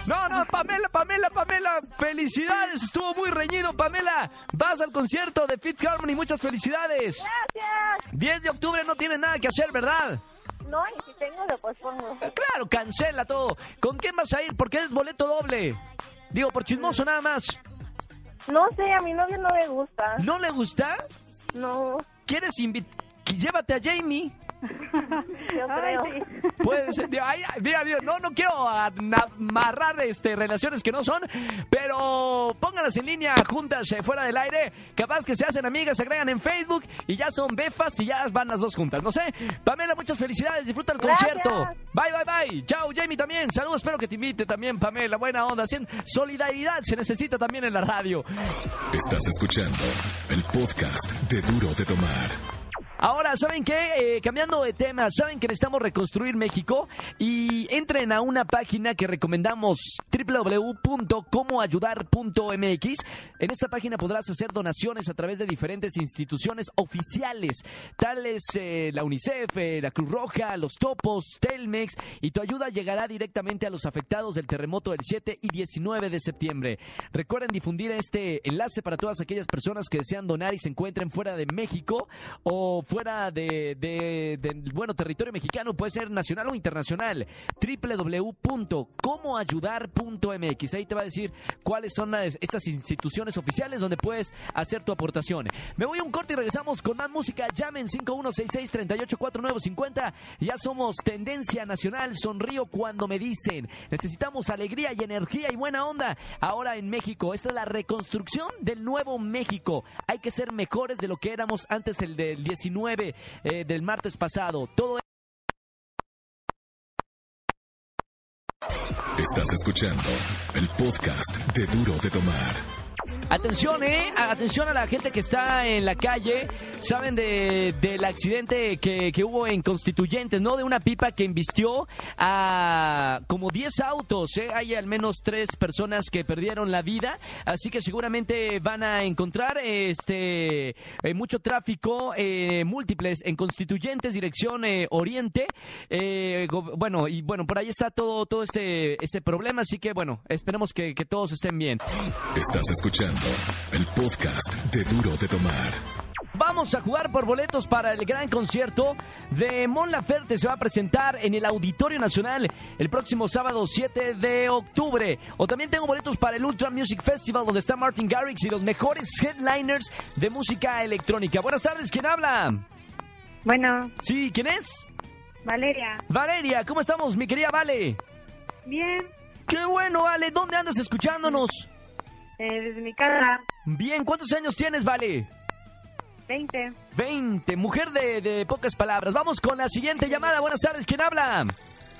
Speaker 1: No, no, Pamela, Pamela, Pamela, felicidades, estuvo muy reñido, Pamela. Vas al concierto de Fit Harmony, muchas felicidades.
Speaker 9: ¡Gracias!
Speaker 1: 10 de octubre no tienes nada que hacer, ¿verdad?
Speaker 9: No, y si tengo lo pospongo.
Speaker 1: Claro, cancela todo. ¿Con quién vas a ir? Porque es boleto doble. Digo, por chismoso nada más.
Speaker 9: No sé, a mi novio no le gusta.
Speaker 1: ¿No le gusta?
Speaker 9: No.
Speaker 1: ¿Quieres invitar? Llévate a Jamie.
Speaker 9: Yo creo.
Speaker 1: Puede ser, digo, ay, ay, mira, mira, no, no quiero ana- amarrar este, relaciones que no son, pero pónganlas en línea juntas eh, fuera del aire. Capaz que se hacen amigas, se agregan en Facebook y ya son befas y ya van las dos juntas. No sé. Pamela, muchas felicidades. Disfruta el concierto. Bye, bye, bye. Chao, Jamie también. Saludos, espero que te invite también, Pamela. Buena onda. Sien- Solidaridad se necesita también en la radio.
Speaker 2: Estás escuchando el podcast de Duro de Tomar.
Speaker 1: Ahora, ¿saben qué? Eh, cambiando de tema, ¿saben que necesitamos reconstruir México? Y entren a una página que recomendamos, www.comoayudar.mx. En esta página podrás hacer donaciones a través de diferentes instituciones oficiales, tales eh, la UNICEF, eh, la Cruz Roja, los Topos, Telmex, y tu ayuda llegará directamente a los afectados del terremoto del 7 y 19 de septiembre. Recuerden difundir este enlace para todas aquellas personas que desean donar y se encuentren fuera de México o fuera de, de- del, bueno territorio mexicano, puede ser nacional o internacional. www.comoayudar.mx. Ahí te va a decir cuáles son las- estas instituciones oficiales donde puedes hacer tu aportación. Me voy a un corte y regresamos con más música. Llamen 5166-384950. Ya somos tendencia nacional. Sonrío cuando me dicen. Necesitamos alegría y energía y buena onda. Ahora en México, esta es la reconstrucción del nuevo México. Hay que ser mejores de lo que éramos antes el del 19 eh, del martes pasado. Todo
Speaker 2: Estás escuchando el podcast de Duro de Tomar.
Speaker 1: Atención, eh, a- atención a la gente que está en la calle. Saben de, del accidente que, que hubo en Constituyentes, ¿no? De una pipa que embistió a como 10 autos, eh. Hay al menos tres personas que perdieron la vida. Así que seguramente van a encontrar este eh, mucho tráfico, eh, múltiples en Constituyentes, dirección eh, Oriente. Eh, go- bueno, y bueno, por ahí está todo, todo ese, ese problema. Así que bueno, esperemos que- que todos estén bien.
Speaker 2: Estás escuchando el podcast de Duro de Tomar.
Speaker 1: Vamos a jugar por boletos para el gran concierto de Mon Laferte. Se va a presentar en el Auditorio Nacional el próximo sábado 7 de octubre. O también tengo boletos para el Ultra Music Festival, donde está Martin Garrix y los mejores headliners de música electrónica. Buenas tardes, ¿quién habla?
Speaker 9: Bueno,
Speaker 1: Sí, ¿quién es?
Speaker 9: Valeria,
Speaker 1: Valeria, ¿cómo estamos, mi querida Vale?
Speaker 9: bien,
Speaker 1: Qué bueno, Vale. ¿Dónde andas escuchándonos?
Speaker 9: eh, desde mi casa,
Speaker 1: Bien, ¿cuántos años tienes, Vale?
Speaker 9: 20,
Speaker 1: 20, mujer de, de pocas palabras. Vamos con la siguiente llamada. Buenas tardes, ¿quién habla?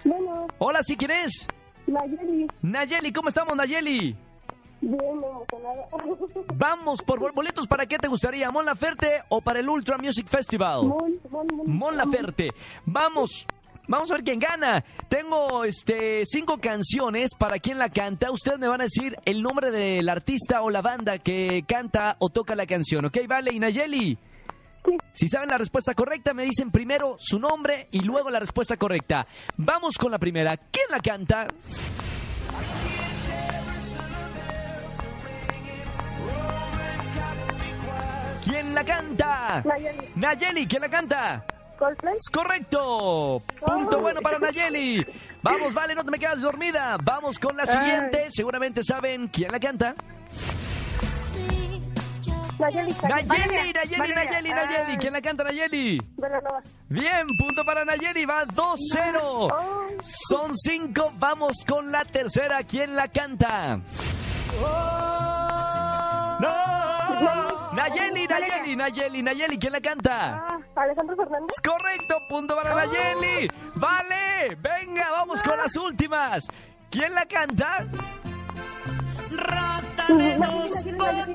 Speaker 10: Bueno,
Speaker 1: Hola, ¿sí quién es?
Speaker 10: Nayeli,
Speaker 1: Nayeli, ¿cómo estamos, Nayeli?
Speaker 10: bien (laughs) emocionada.
Speaker 1: Vamos por bol- boletos para qué te gustaría, Mon Laferte o para el Ultra Music Festival.
Speaker 10: Mon, mon, mon.
Speaker 1: Mon Laferte. Vamos. Vamos a ver quién gana. Tengo este cinco canciones para quien la canta. Ustedes me van a decir el nombre del artista o la banda que canta o toca la canción, ¿ok? Vale, y Nayeli. Si saben la respuesta correcta, me dicen primero su nombre y luego la respuesta correcta. Vamos con la primera. ¿Quién la canta? ¿Quién la canta?
Speaker 10: Nayeli,
Speaker 1: Nayeli, ¿quién la canta?
Speaker 10: Coldplay.
Speaker 1: Es correcto. Punto
Speaker 10: Ay.
Speaker 1: bueno para Nayeli. Vamos, vale, no te me quedas dormida. Vamos con la siguiente. Seguramente saben quién la canta.
Speaker 10: Nayeli,
Speaker 1: Nayeli,
Speaker 9: Valeria,
Speaker 1: Nayeli,
Speaker 9: Valeria.
Speaker 1: Nayeli, Nayeli.
Speaker 9: Ay.
Speaker 1: ¿Quién la canta, Nayeli?
Speaker 10: Velanova.
Speaker 1: Bien, punto para Nayeli. Va 2-0.
Speaker 10: Ay,
Speaker 1: Son cinco. Vamos con la tercera. ¿Quién la canta? No. Nayeli, Nayeli, Nayeli, Nayeli. ¿Quién la canta?
Speaker 10: ah, Alejandro Fernández.
Speaker 1: Es correcto, punto para Nayeli. Vale, venga, vamos con las últimas. ¿Quién la canta?
Speaker 10: Nayeli, Nayeli, Nayeli.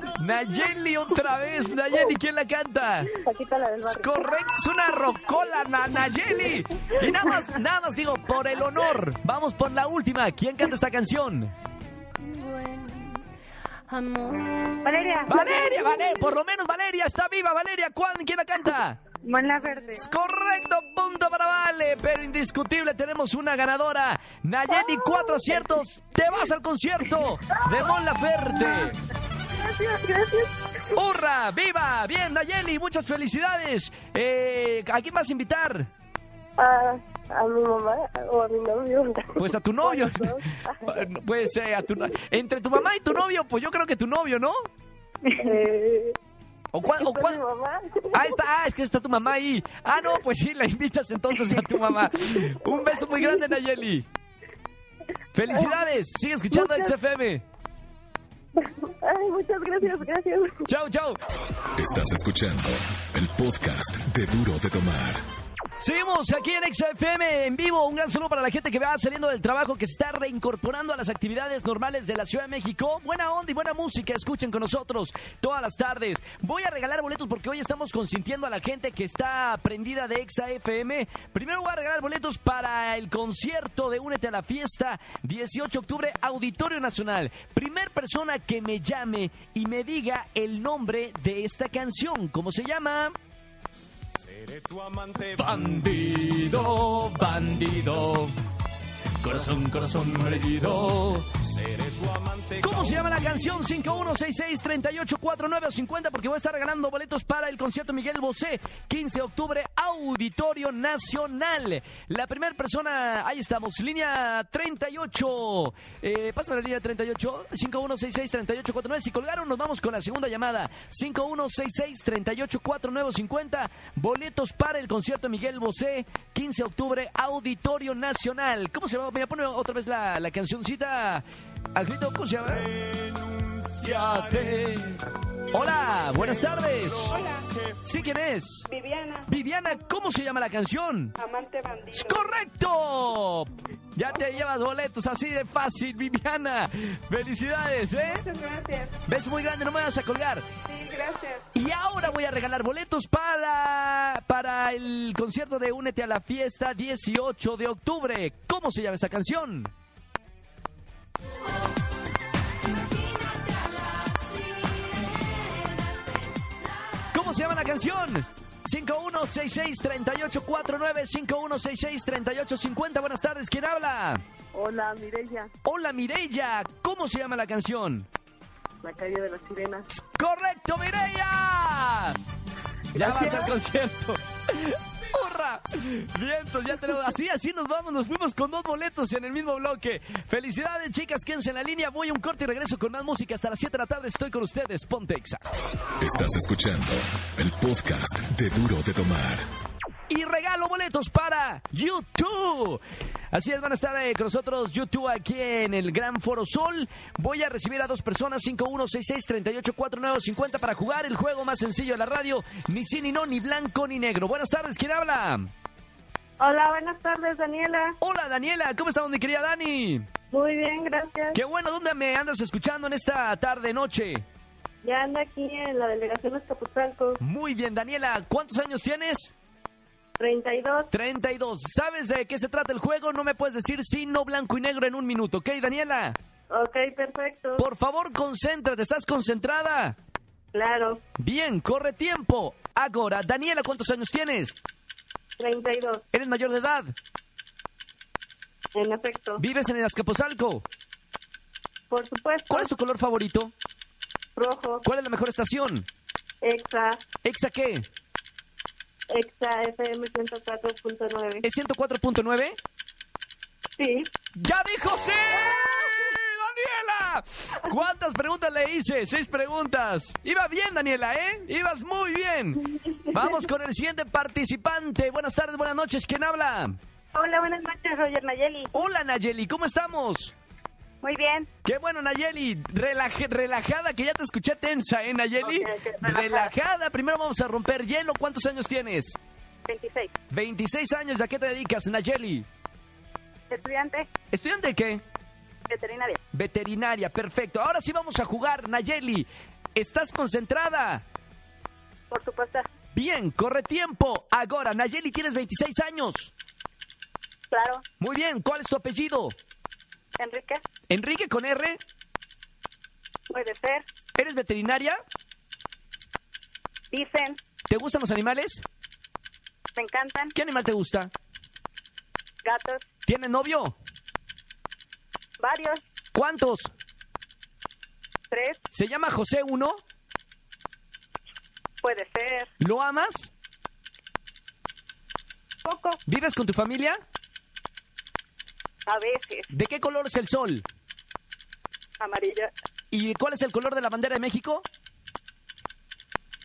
Speaker 1: Nayeli otra vez. Nayeli, ¿quién la canta?
Speaker 10: Paquita, la del
Speaker 1: Es
Speaker 10: barrio.
Speaker 1: correcto, es una rocola, na- Nayeli. Y nada más, nada más digo, por el honor. Vamos por la última. ¿Quién canta esta canción?
Speaker 9: Valeria,
Speaker 1: Valeria, Valeria, por lo menos Valeria está viva. Valeria, ¿cuán- ¿quién la canta?
Speaker 9: Mon Laferte.
Speaker 1: Es correcto, punto para Vale, pero indiscutible, tenemos una ganadora.
Speaker 10: Oh.
Speaker 1: Nayeli, cuatro aciertos, te vas al concierto de Mon Laferte.
Speaker 10: Gracias, gracias.
Speaker 1: ¡Hurra! ¡Viva! Bien, Nayeli, muchas felicidades. Eh, ¿A quién vas a invitar?
Speaker 10: A, Ah, a mi mamá o a mi novio.
Speaker 1: Pues a tu novio.
Speaker 10: A los dos.
Speaker 1: (laughs) Pues eh, a tu no- entre tu mamá y tu novio, pues yo creo que tu novio, ¿no?
Speaker 10: Eh,
Speaker 1: ¿O cuál? O
Speaker 10: Está
Speaker 1: cuál?
Speaker 10: mi mamá.
Speaker 1: Ah, está, ah, es que está tu mamá ahí. Ah, no, pues sí, la invitas entonces a tu mamá. Un beso muy grande, Nayeli. Felicidades, sigue escuchando
Speaker 10: Muchas-
Speaker 1: XFM.
Speaker 10: Ay, muchas gracias, gracias.
Speaker 1: Chau, chau.
Speaker 2: Estás escuchando el podcast de Duro de Tomar.
Speaker 1: Seguimos aquí en XFM en vivo. Un gran saludo para la gente que va saliendo del trabajo, que se está reincorporando a las actividades normales de la Ciudad de México. Buena onda y buena música. Escuchen con nosotros todas las tardes. Voy a regalar boletos porque hoy estamos consintiendo a la gente que está prendida de XFM. Primero voy a regalar boletos para el concierto de Únete a la Fiesta, 18 de octubre, Auditorio Nacional. Primer persona que me llame y me diga el nombre de esta canción. ¿Cómo se llama? Bandido, bandido. Corazón, corazón mordido. ¿Cómo se llama la canción? 5166-3849-50 porque voy a estar regalando boletos para el concierto Miguel Bosé, 15 de octubre, Auditorio Nacional. La primera persona, ahí estamos, línea 38. Eh, pásame la línea 38, 5166-3849. Si colgaron, nos vamos con la segunda llamada, 5166-3849-50. Boletos para el concierto Miguel Bosé, 15 de octubre, Auditorio Nacional. ¿Cómo se llama? Mira, pone otra vez la, la cancioncita. Angelito, ¿cómo se llama? Hola, buenas tardes.
Speaker 10: Hola,
Speaker 1: ¿Sí quién es?
Speaker 10: Viviana,
Speaker 1: Viviana, ¿cómo se llama la canción?
Speaker 10: amante bandido.
Speaker 1: ¡Es correcto! Ya te llevas boletos así de fácil, Viviana. Felicidades, ¿eh?
Speaker 10: Muchas gracias,
Speaker 1: Ves muy grande, no me vas a colgar.
Speaker 10: sí, gracias.
Speaker 1: Y ahora voy a regalar boletos para, para el concierto de Únete a la Fiesta 18 de octubre. ¿Cómo se llama esta canción? ¿Cómo se llama la canción? 5166-3849-5166-3850. Buenas tardes, ¿quién habla?
Speaker 10: Hola, Mireya,
Speaker 1: Hola Mireya, ¿cómo se llama la canción?
Speaker 10: la calle de las sirenas.
Speaker 1: ¡Correcto, Mireya! Ya vas
Speaker 10: Gracias.
Speaker 1: al concierto. ¡Hurra! Bien, pues ya tenemos. Así, así nos vamos. Nos fuimos con dos boletos en el mismo bloque. Felicidades, chicas. Quédense en la línea. Voy a un corte y regreso con más música. Hasta las 7 de la tarde estoy con ustedes. Ponte Exa.
Speaker 2: Estás escuchando el podcast de Duro de Tomar.
Speaker 1: y regalo boletos para YouTube. Así es, van a estar eh, con nosotros YouTube aquí en el Gran Foro Sol. Voy a recibir a dos personas, 5166-384950, para jugar el juego más sencillo de la radio. Ni sí, ni no, ni blanco, ni negro. Buenas tardes, ¿quién habla?
Speaker 10: Hola, buenas tardes, Daniela.
Speaker 1: Hola, Daniela, ¿cómo estás, mi querida Dani?
Speaker 10: Muy bien, gracias.
Speaker 1: Qué bueno, ¿dónde me andas escuchando en esta tarde, noche?
Speaker 10: Ya ando aquí en la delegación Azcapotzalco,
Speaker 1: Muy bien, Daniela, ¿cuántos años tienes?
Speaker 10: 32.
Speaker 1: 32. ¿Sabes de qué se trata el juego? No me puedes decir sí, no, blanco y negro en un minuto, ¿ok, Daniela?
Speaker 10: Ok, perfecto.
Speaker 1: Por favor, concéntrate, ¿estás concentrada?
Speaker 10: Claro,
Speaker 1: Bien, corre tiempo. Ahora, Daniela, ¿cuántos años tienes?
Speaker 10: 32,
Speaker 1: ¿Eres mayor de edad?
Speaker 10: en efecto.
Speaker 1: ¿Vives en el Azcapotzalco?
Speaker 10: Por supuesto.
Speaker 1: ¿Cuál es tu color favorito?
Speaker 10: Rojo,
Speaker 1: ¿Cuál es la mejor estación?
Speaker 10: Exa,
Speaker 1: ¿Exa qué?
Speaker 10: Exa FM 104.9.
Speaker 1: ¿Es 104.9?
Speaker 10: Sí,
Speaker 1: ¡Ya dijo sí! ¡Daniela! ¿Cuántas preguntas le hice? Seis preguntas. Iba bien, Daniela, ¿eh? Ibas muy bien. Vamos con el siguiente participante. Buenas tardes, buenas noches. ¿Quién habla?
Speaker 9: Hola, buenas noches, Roger Nayeli.
Speaker 1: Hola, Nayeli, ¿cómo estamos?
Speaker 9: Muy bien.
Speaker 1: Qué bueno, Nayeli. Relaj- relajada, que ya te escuché tensa, ¿eh, Nayeli?
Speaker 9: Ok, ok, relajada.
Speaker 1: relajada. Primero vamos a romper hielo. ¿Cuántos años tienes?
Speaker 9: 26.
Speaker 1: 26 años. ¿A qué te dedicas, Nayeli?
Speaker 9: Estudiante
Speaker 1: ¿Estudiante de qué?
Speaker 9: veterinaria.
Speaker 1: Veterinaria. Perfecto. Ahora sí vamos a jugar, Nayeli. ¿Estás concentrada?
Speaker 9: Por supuesto.
Speaker 1: Bien, corre tiempo. Ahora, Nayeli, tienes 26 años.
Speaker 9: Claro.
Speaker 1: Muy bien. ¿Cuál es tu apellido?
Speaker 9: Enrique.
Speaker 1: Enrique con R.
Speaker 9: Puede ser.
Speaker 1: ¿Eres veterinaria?
Speaker 9: Dicen.
Speaker 1: ¿Te gustan los animales?
Speaker 9: Me encantan.
Speaker 1: ¿Qué animal te gusta?
Speaker 9: Gatos.
Speaker 1: ¿Tiene novio?
Speaker 9: Varios.
Speaker 1: ¿Cuántos?
Speaker 9: Tres.
Speaker 1: Se llama José 1.
Speaker 9: Puede ser.
Speaker 1: ¿Lo amas?
Speaker 9: Poco.
Speaker 1: ¿Vives con tu familia?
Speaker 9: A veces.
Speaker 1: ¿De qué color es el sol?
Speaker 9: Amarillo.
Speaker 1: ¿Y cuál es el color de la bandera de México?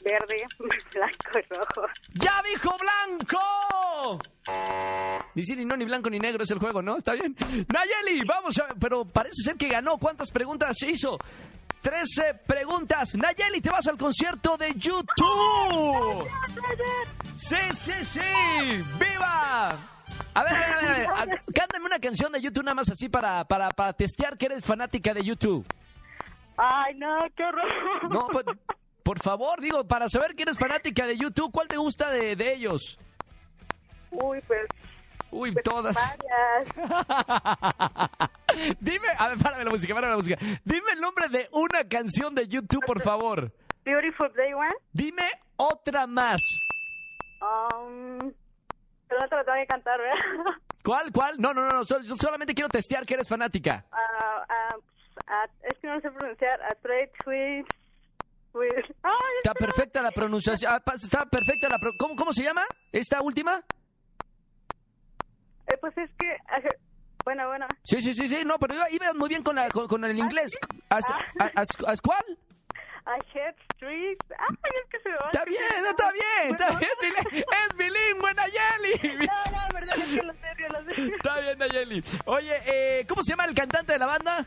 Speaker 10: Verde, (laughs) blanco y rojo.
Speaker 1: ¡Ya dijo blanco! Ni sí, ni no, ni blanco, ni negro es el juego, ¿no? Está bien. Nayeli, vamos a... Pero parece ser que ganó. ¿Cuántas preguntas hizo? Trece preguntas. Nayeli, te vas al concierto de YouTube. Sí, sí, sí. ¡Viva! A ver, a ver, a ver, a ver. A- Cántame una canción de YouTube nada más así para, para, para testear que eres fanática de YouTube.
Speaker 10: Ay, no, qué horror.
Speaker 1: No, pues, por favor, digo, para saber que eres fanática de YouTube, ¿cuál te gusta de, de ellos?
Speaker 10: Uy, pues
Speaker 1: Uy, todas.
Speaker 10: varias.
Speaker 1: (laughs) Dime, a ver, párame la música, párame la música. Dime el nombre de una canción de YouTube, por favor.
Speaker 10: Beautiful Day One.
Speaker 1: Dime otra más.
Speaker 10: Um, pero no trataba de cantar, ¿verdad? (laughs)
Speaker 1: ¿Cuál, cuál? No, no, no, no, sol- yo solamente quiero testear que eres fanática.
Speaker 10: Ah, ah, ah, es que no lo sé pronunciar. A trade with. with. Ay,
Speaker 1: Está perfecta la pronunciación. ah, pa- Está perfecta la... pro- ¿Cómo, ¿Cómo se llama esta última?
Speaker 10: eh, pues es que. ah, Bueno, bueno.
Speaker 1: Sí, sí, sí, sí, no, pero yo iba muy bien con, la, con, con el inglés. ¿As, a- as- as- cuál?
Speaker 10: I hate street. Ay, es que se me va.
Speaker 1: Está bien, está bien, está bien. Es bilingüe, es bilingüe, Nayeli.
Speaker 10: (laughs)
Speaker 1: (laughs)
Speaker 10: No, no, verdad, es que lo sé, yo lo sé.
Speaker 1: Está bien, Nayeli. Oye, eh, ¿cómo se llama el cantante de la banda?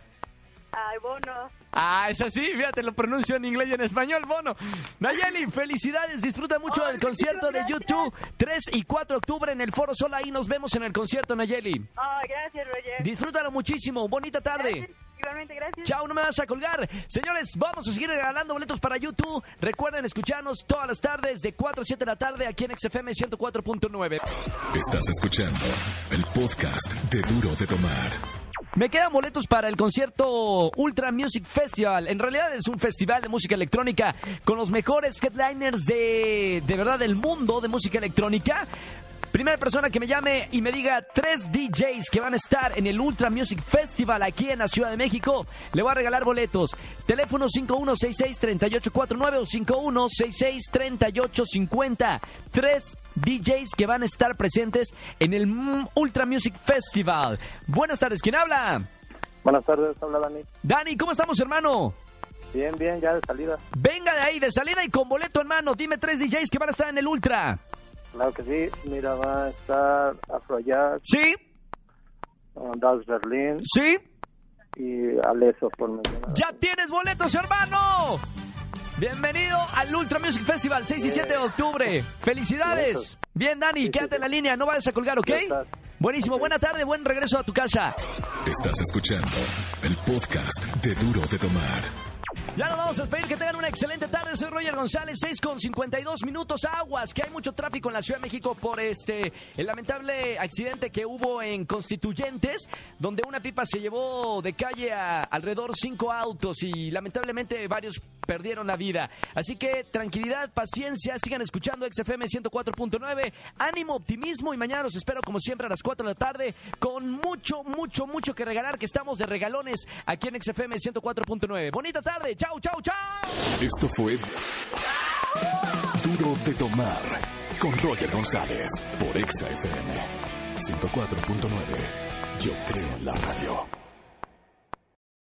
Speaker 10: Ay, bono.
Speaker 1: Ah, es así, fíjate, lo pronuncio en inglés y en español, bono. Nayeli, felicidades, disfruta mucho
Speaker 10: Ay,
Speaker 1: del concierto de
Speaker 10: muchísimas
Speaker 1: YouTube 3 y 4 de octubre en el Foro Sol, ahí nos vemos en el concierto, Nayeli.
Speaker 10: Ay, gracias, Roger.
Speaker 1: Disfrútalo muchísimo, bonita tarde.
Speaker 10: Gracias, Igualmente, gracias.
Speaker 1: Chao, no me vas a colgar. Señores, vamos a seguir regalando boletos para YouTube. Recuerden escucharnos todas las tardes de 4 a 7 de la tarde aquí en XFM 104.9.
Speaker 2: Estás escuchando el podcast de Duro de Tomar.
Speaker 1: Me quedan boletos para el concierto Ultra Music Festival. En realidad es un festival de música electrónica con los mejores headliners de, de verdad del mundo de música electrónica. Primera persona que me llame y me diga tres DJs que van a estar en el Ultra Music Festival aquí en la Ciudad de México, le voy a regalar boletos. Teléfono 5166-3849 o 5166-3850. Tres DJs que van a estar presentes en el M- Ultra Music Festival. Buenas tardes, ¿quién habla?
Speaker 4: Buenas tardes, habla Dani.
Speaker 1: Dani, ¿cómo estamos, hermano?
Speaker 4: Bien, bien, ya de salida.
Speaker 1: Venga de ahí, de salida y con boleto en mano. Dime tres DJs que van a estar en el Ultra.
Speaker 4: Claro que sí. Mira, va a estar Afrojack,
Speaker 1: Sí,
Speaker 4: Das Berlin
Speaker 1: sí.
Speaker 4: y Aleso, por mencionar.
Speaker 1: ¡Ya tienes boletos, hermano! Bienvenido al Ultra Music Festival 6 y 7 de octubre. ¡Felicidades!
Speaker 4: Gracias.
Speaker 1: Bien, Dani, quédate en la línea, no vayas a colgar, ¿ok?
Speaker 4: Ya estás.
Speaker 1: Buenísimo,
Speaker 4: Ok.
Speaker 1: buena tarde, buen regreso a tu casa.
Speaker 2: Estás escuchando el podcast de Duro de Tomar.
Speaker 1: Ya nos vamos a despedir, que tengan una excelente tarde. Soy Roger González, 6 con 52 minutos aguas, que hay mucho tráfico en la Ciudad de México por este el lamentable accidente que hubo en Constituyentes, donde una pipa se llevó de calle a alrededor cinco autos y lamentablemente varios perdieron la vida. Así que tranquilidad, paciencia, sigan escuchando XFM 104.9, ánimo, optimismo y mañana los espero como siempre a las 4 de la tarde con mucho, mucho, mucho que regalar, que estamos de regalones aquí en XFM 104.9. Bonita tarde, chau, chau, chau.
Speaker 2: Esto fue Duro de Tomar con Roger González por Exa FM 104.9. Yo creo en la radio.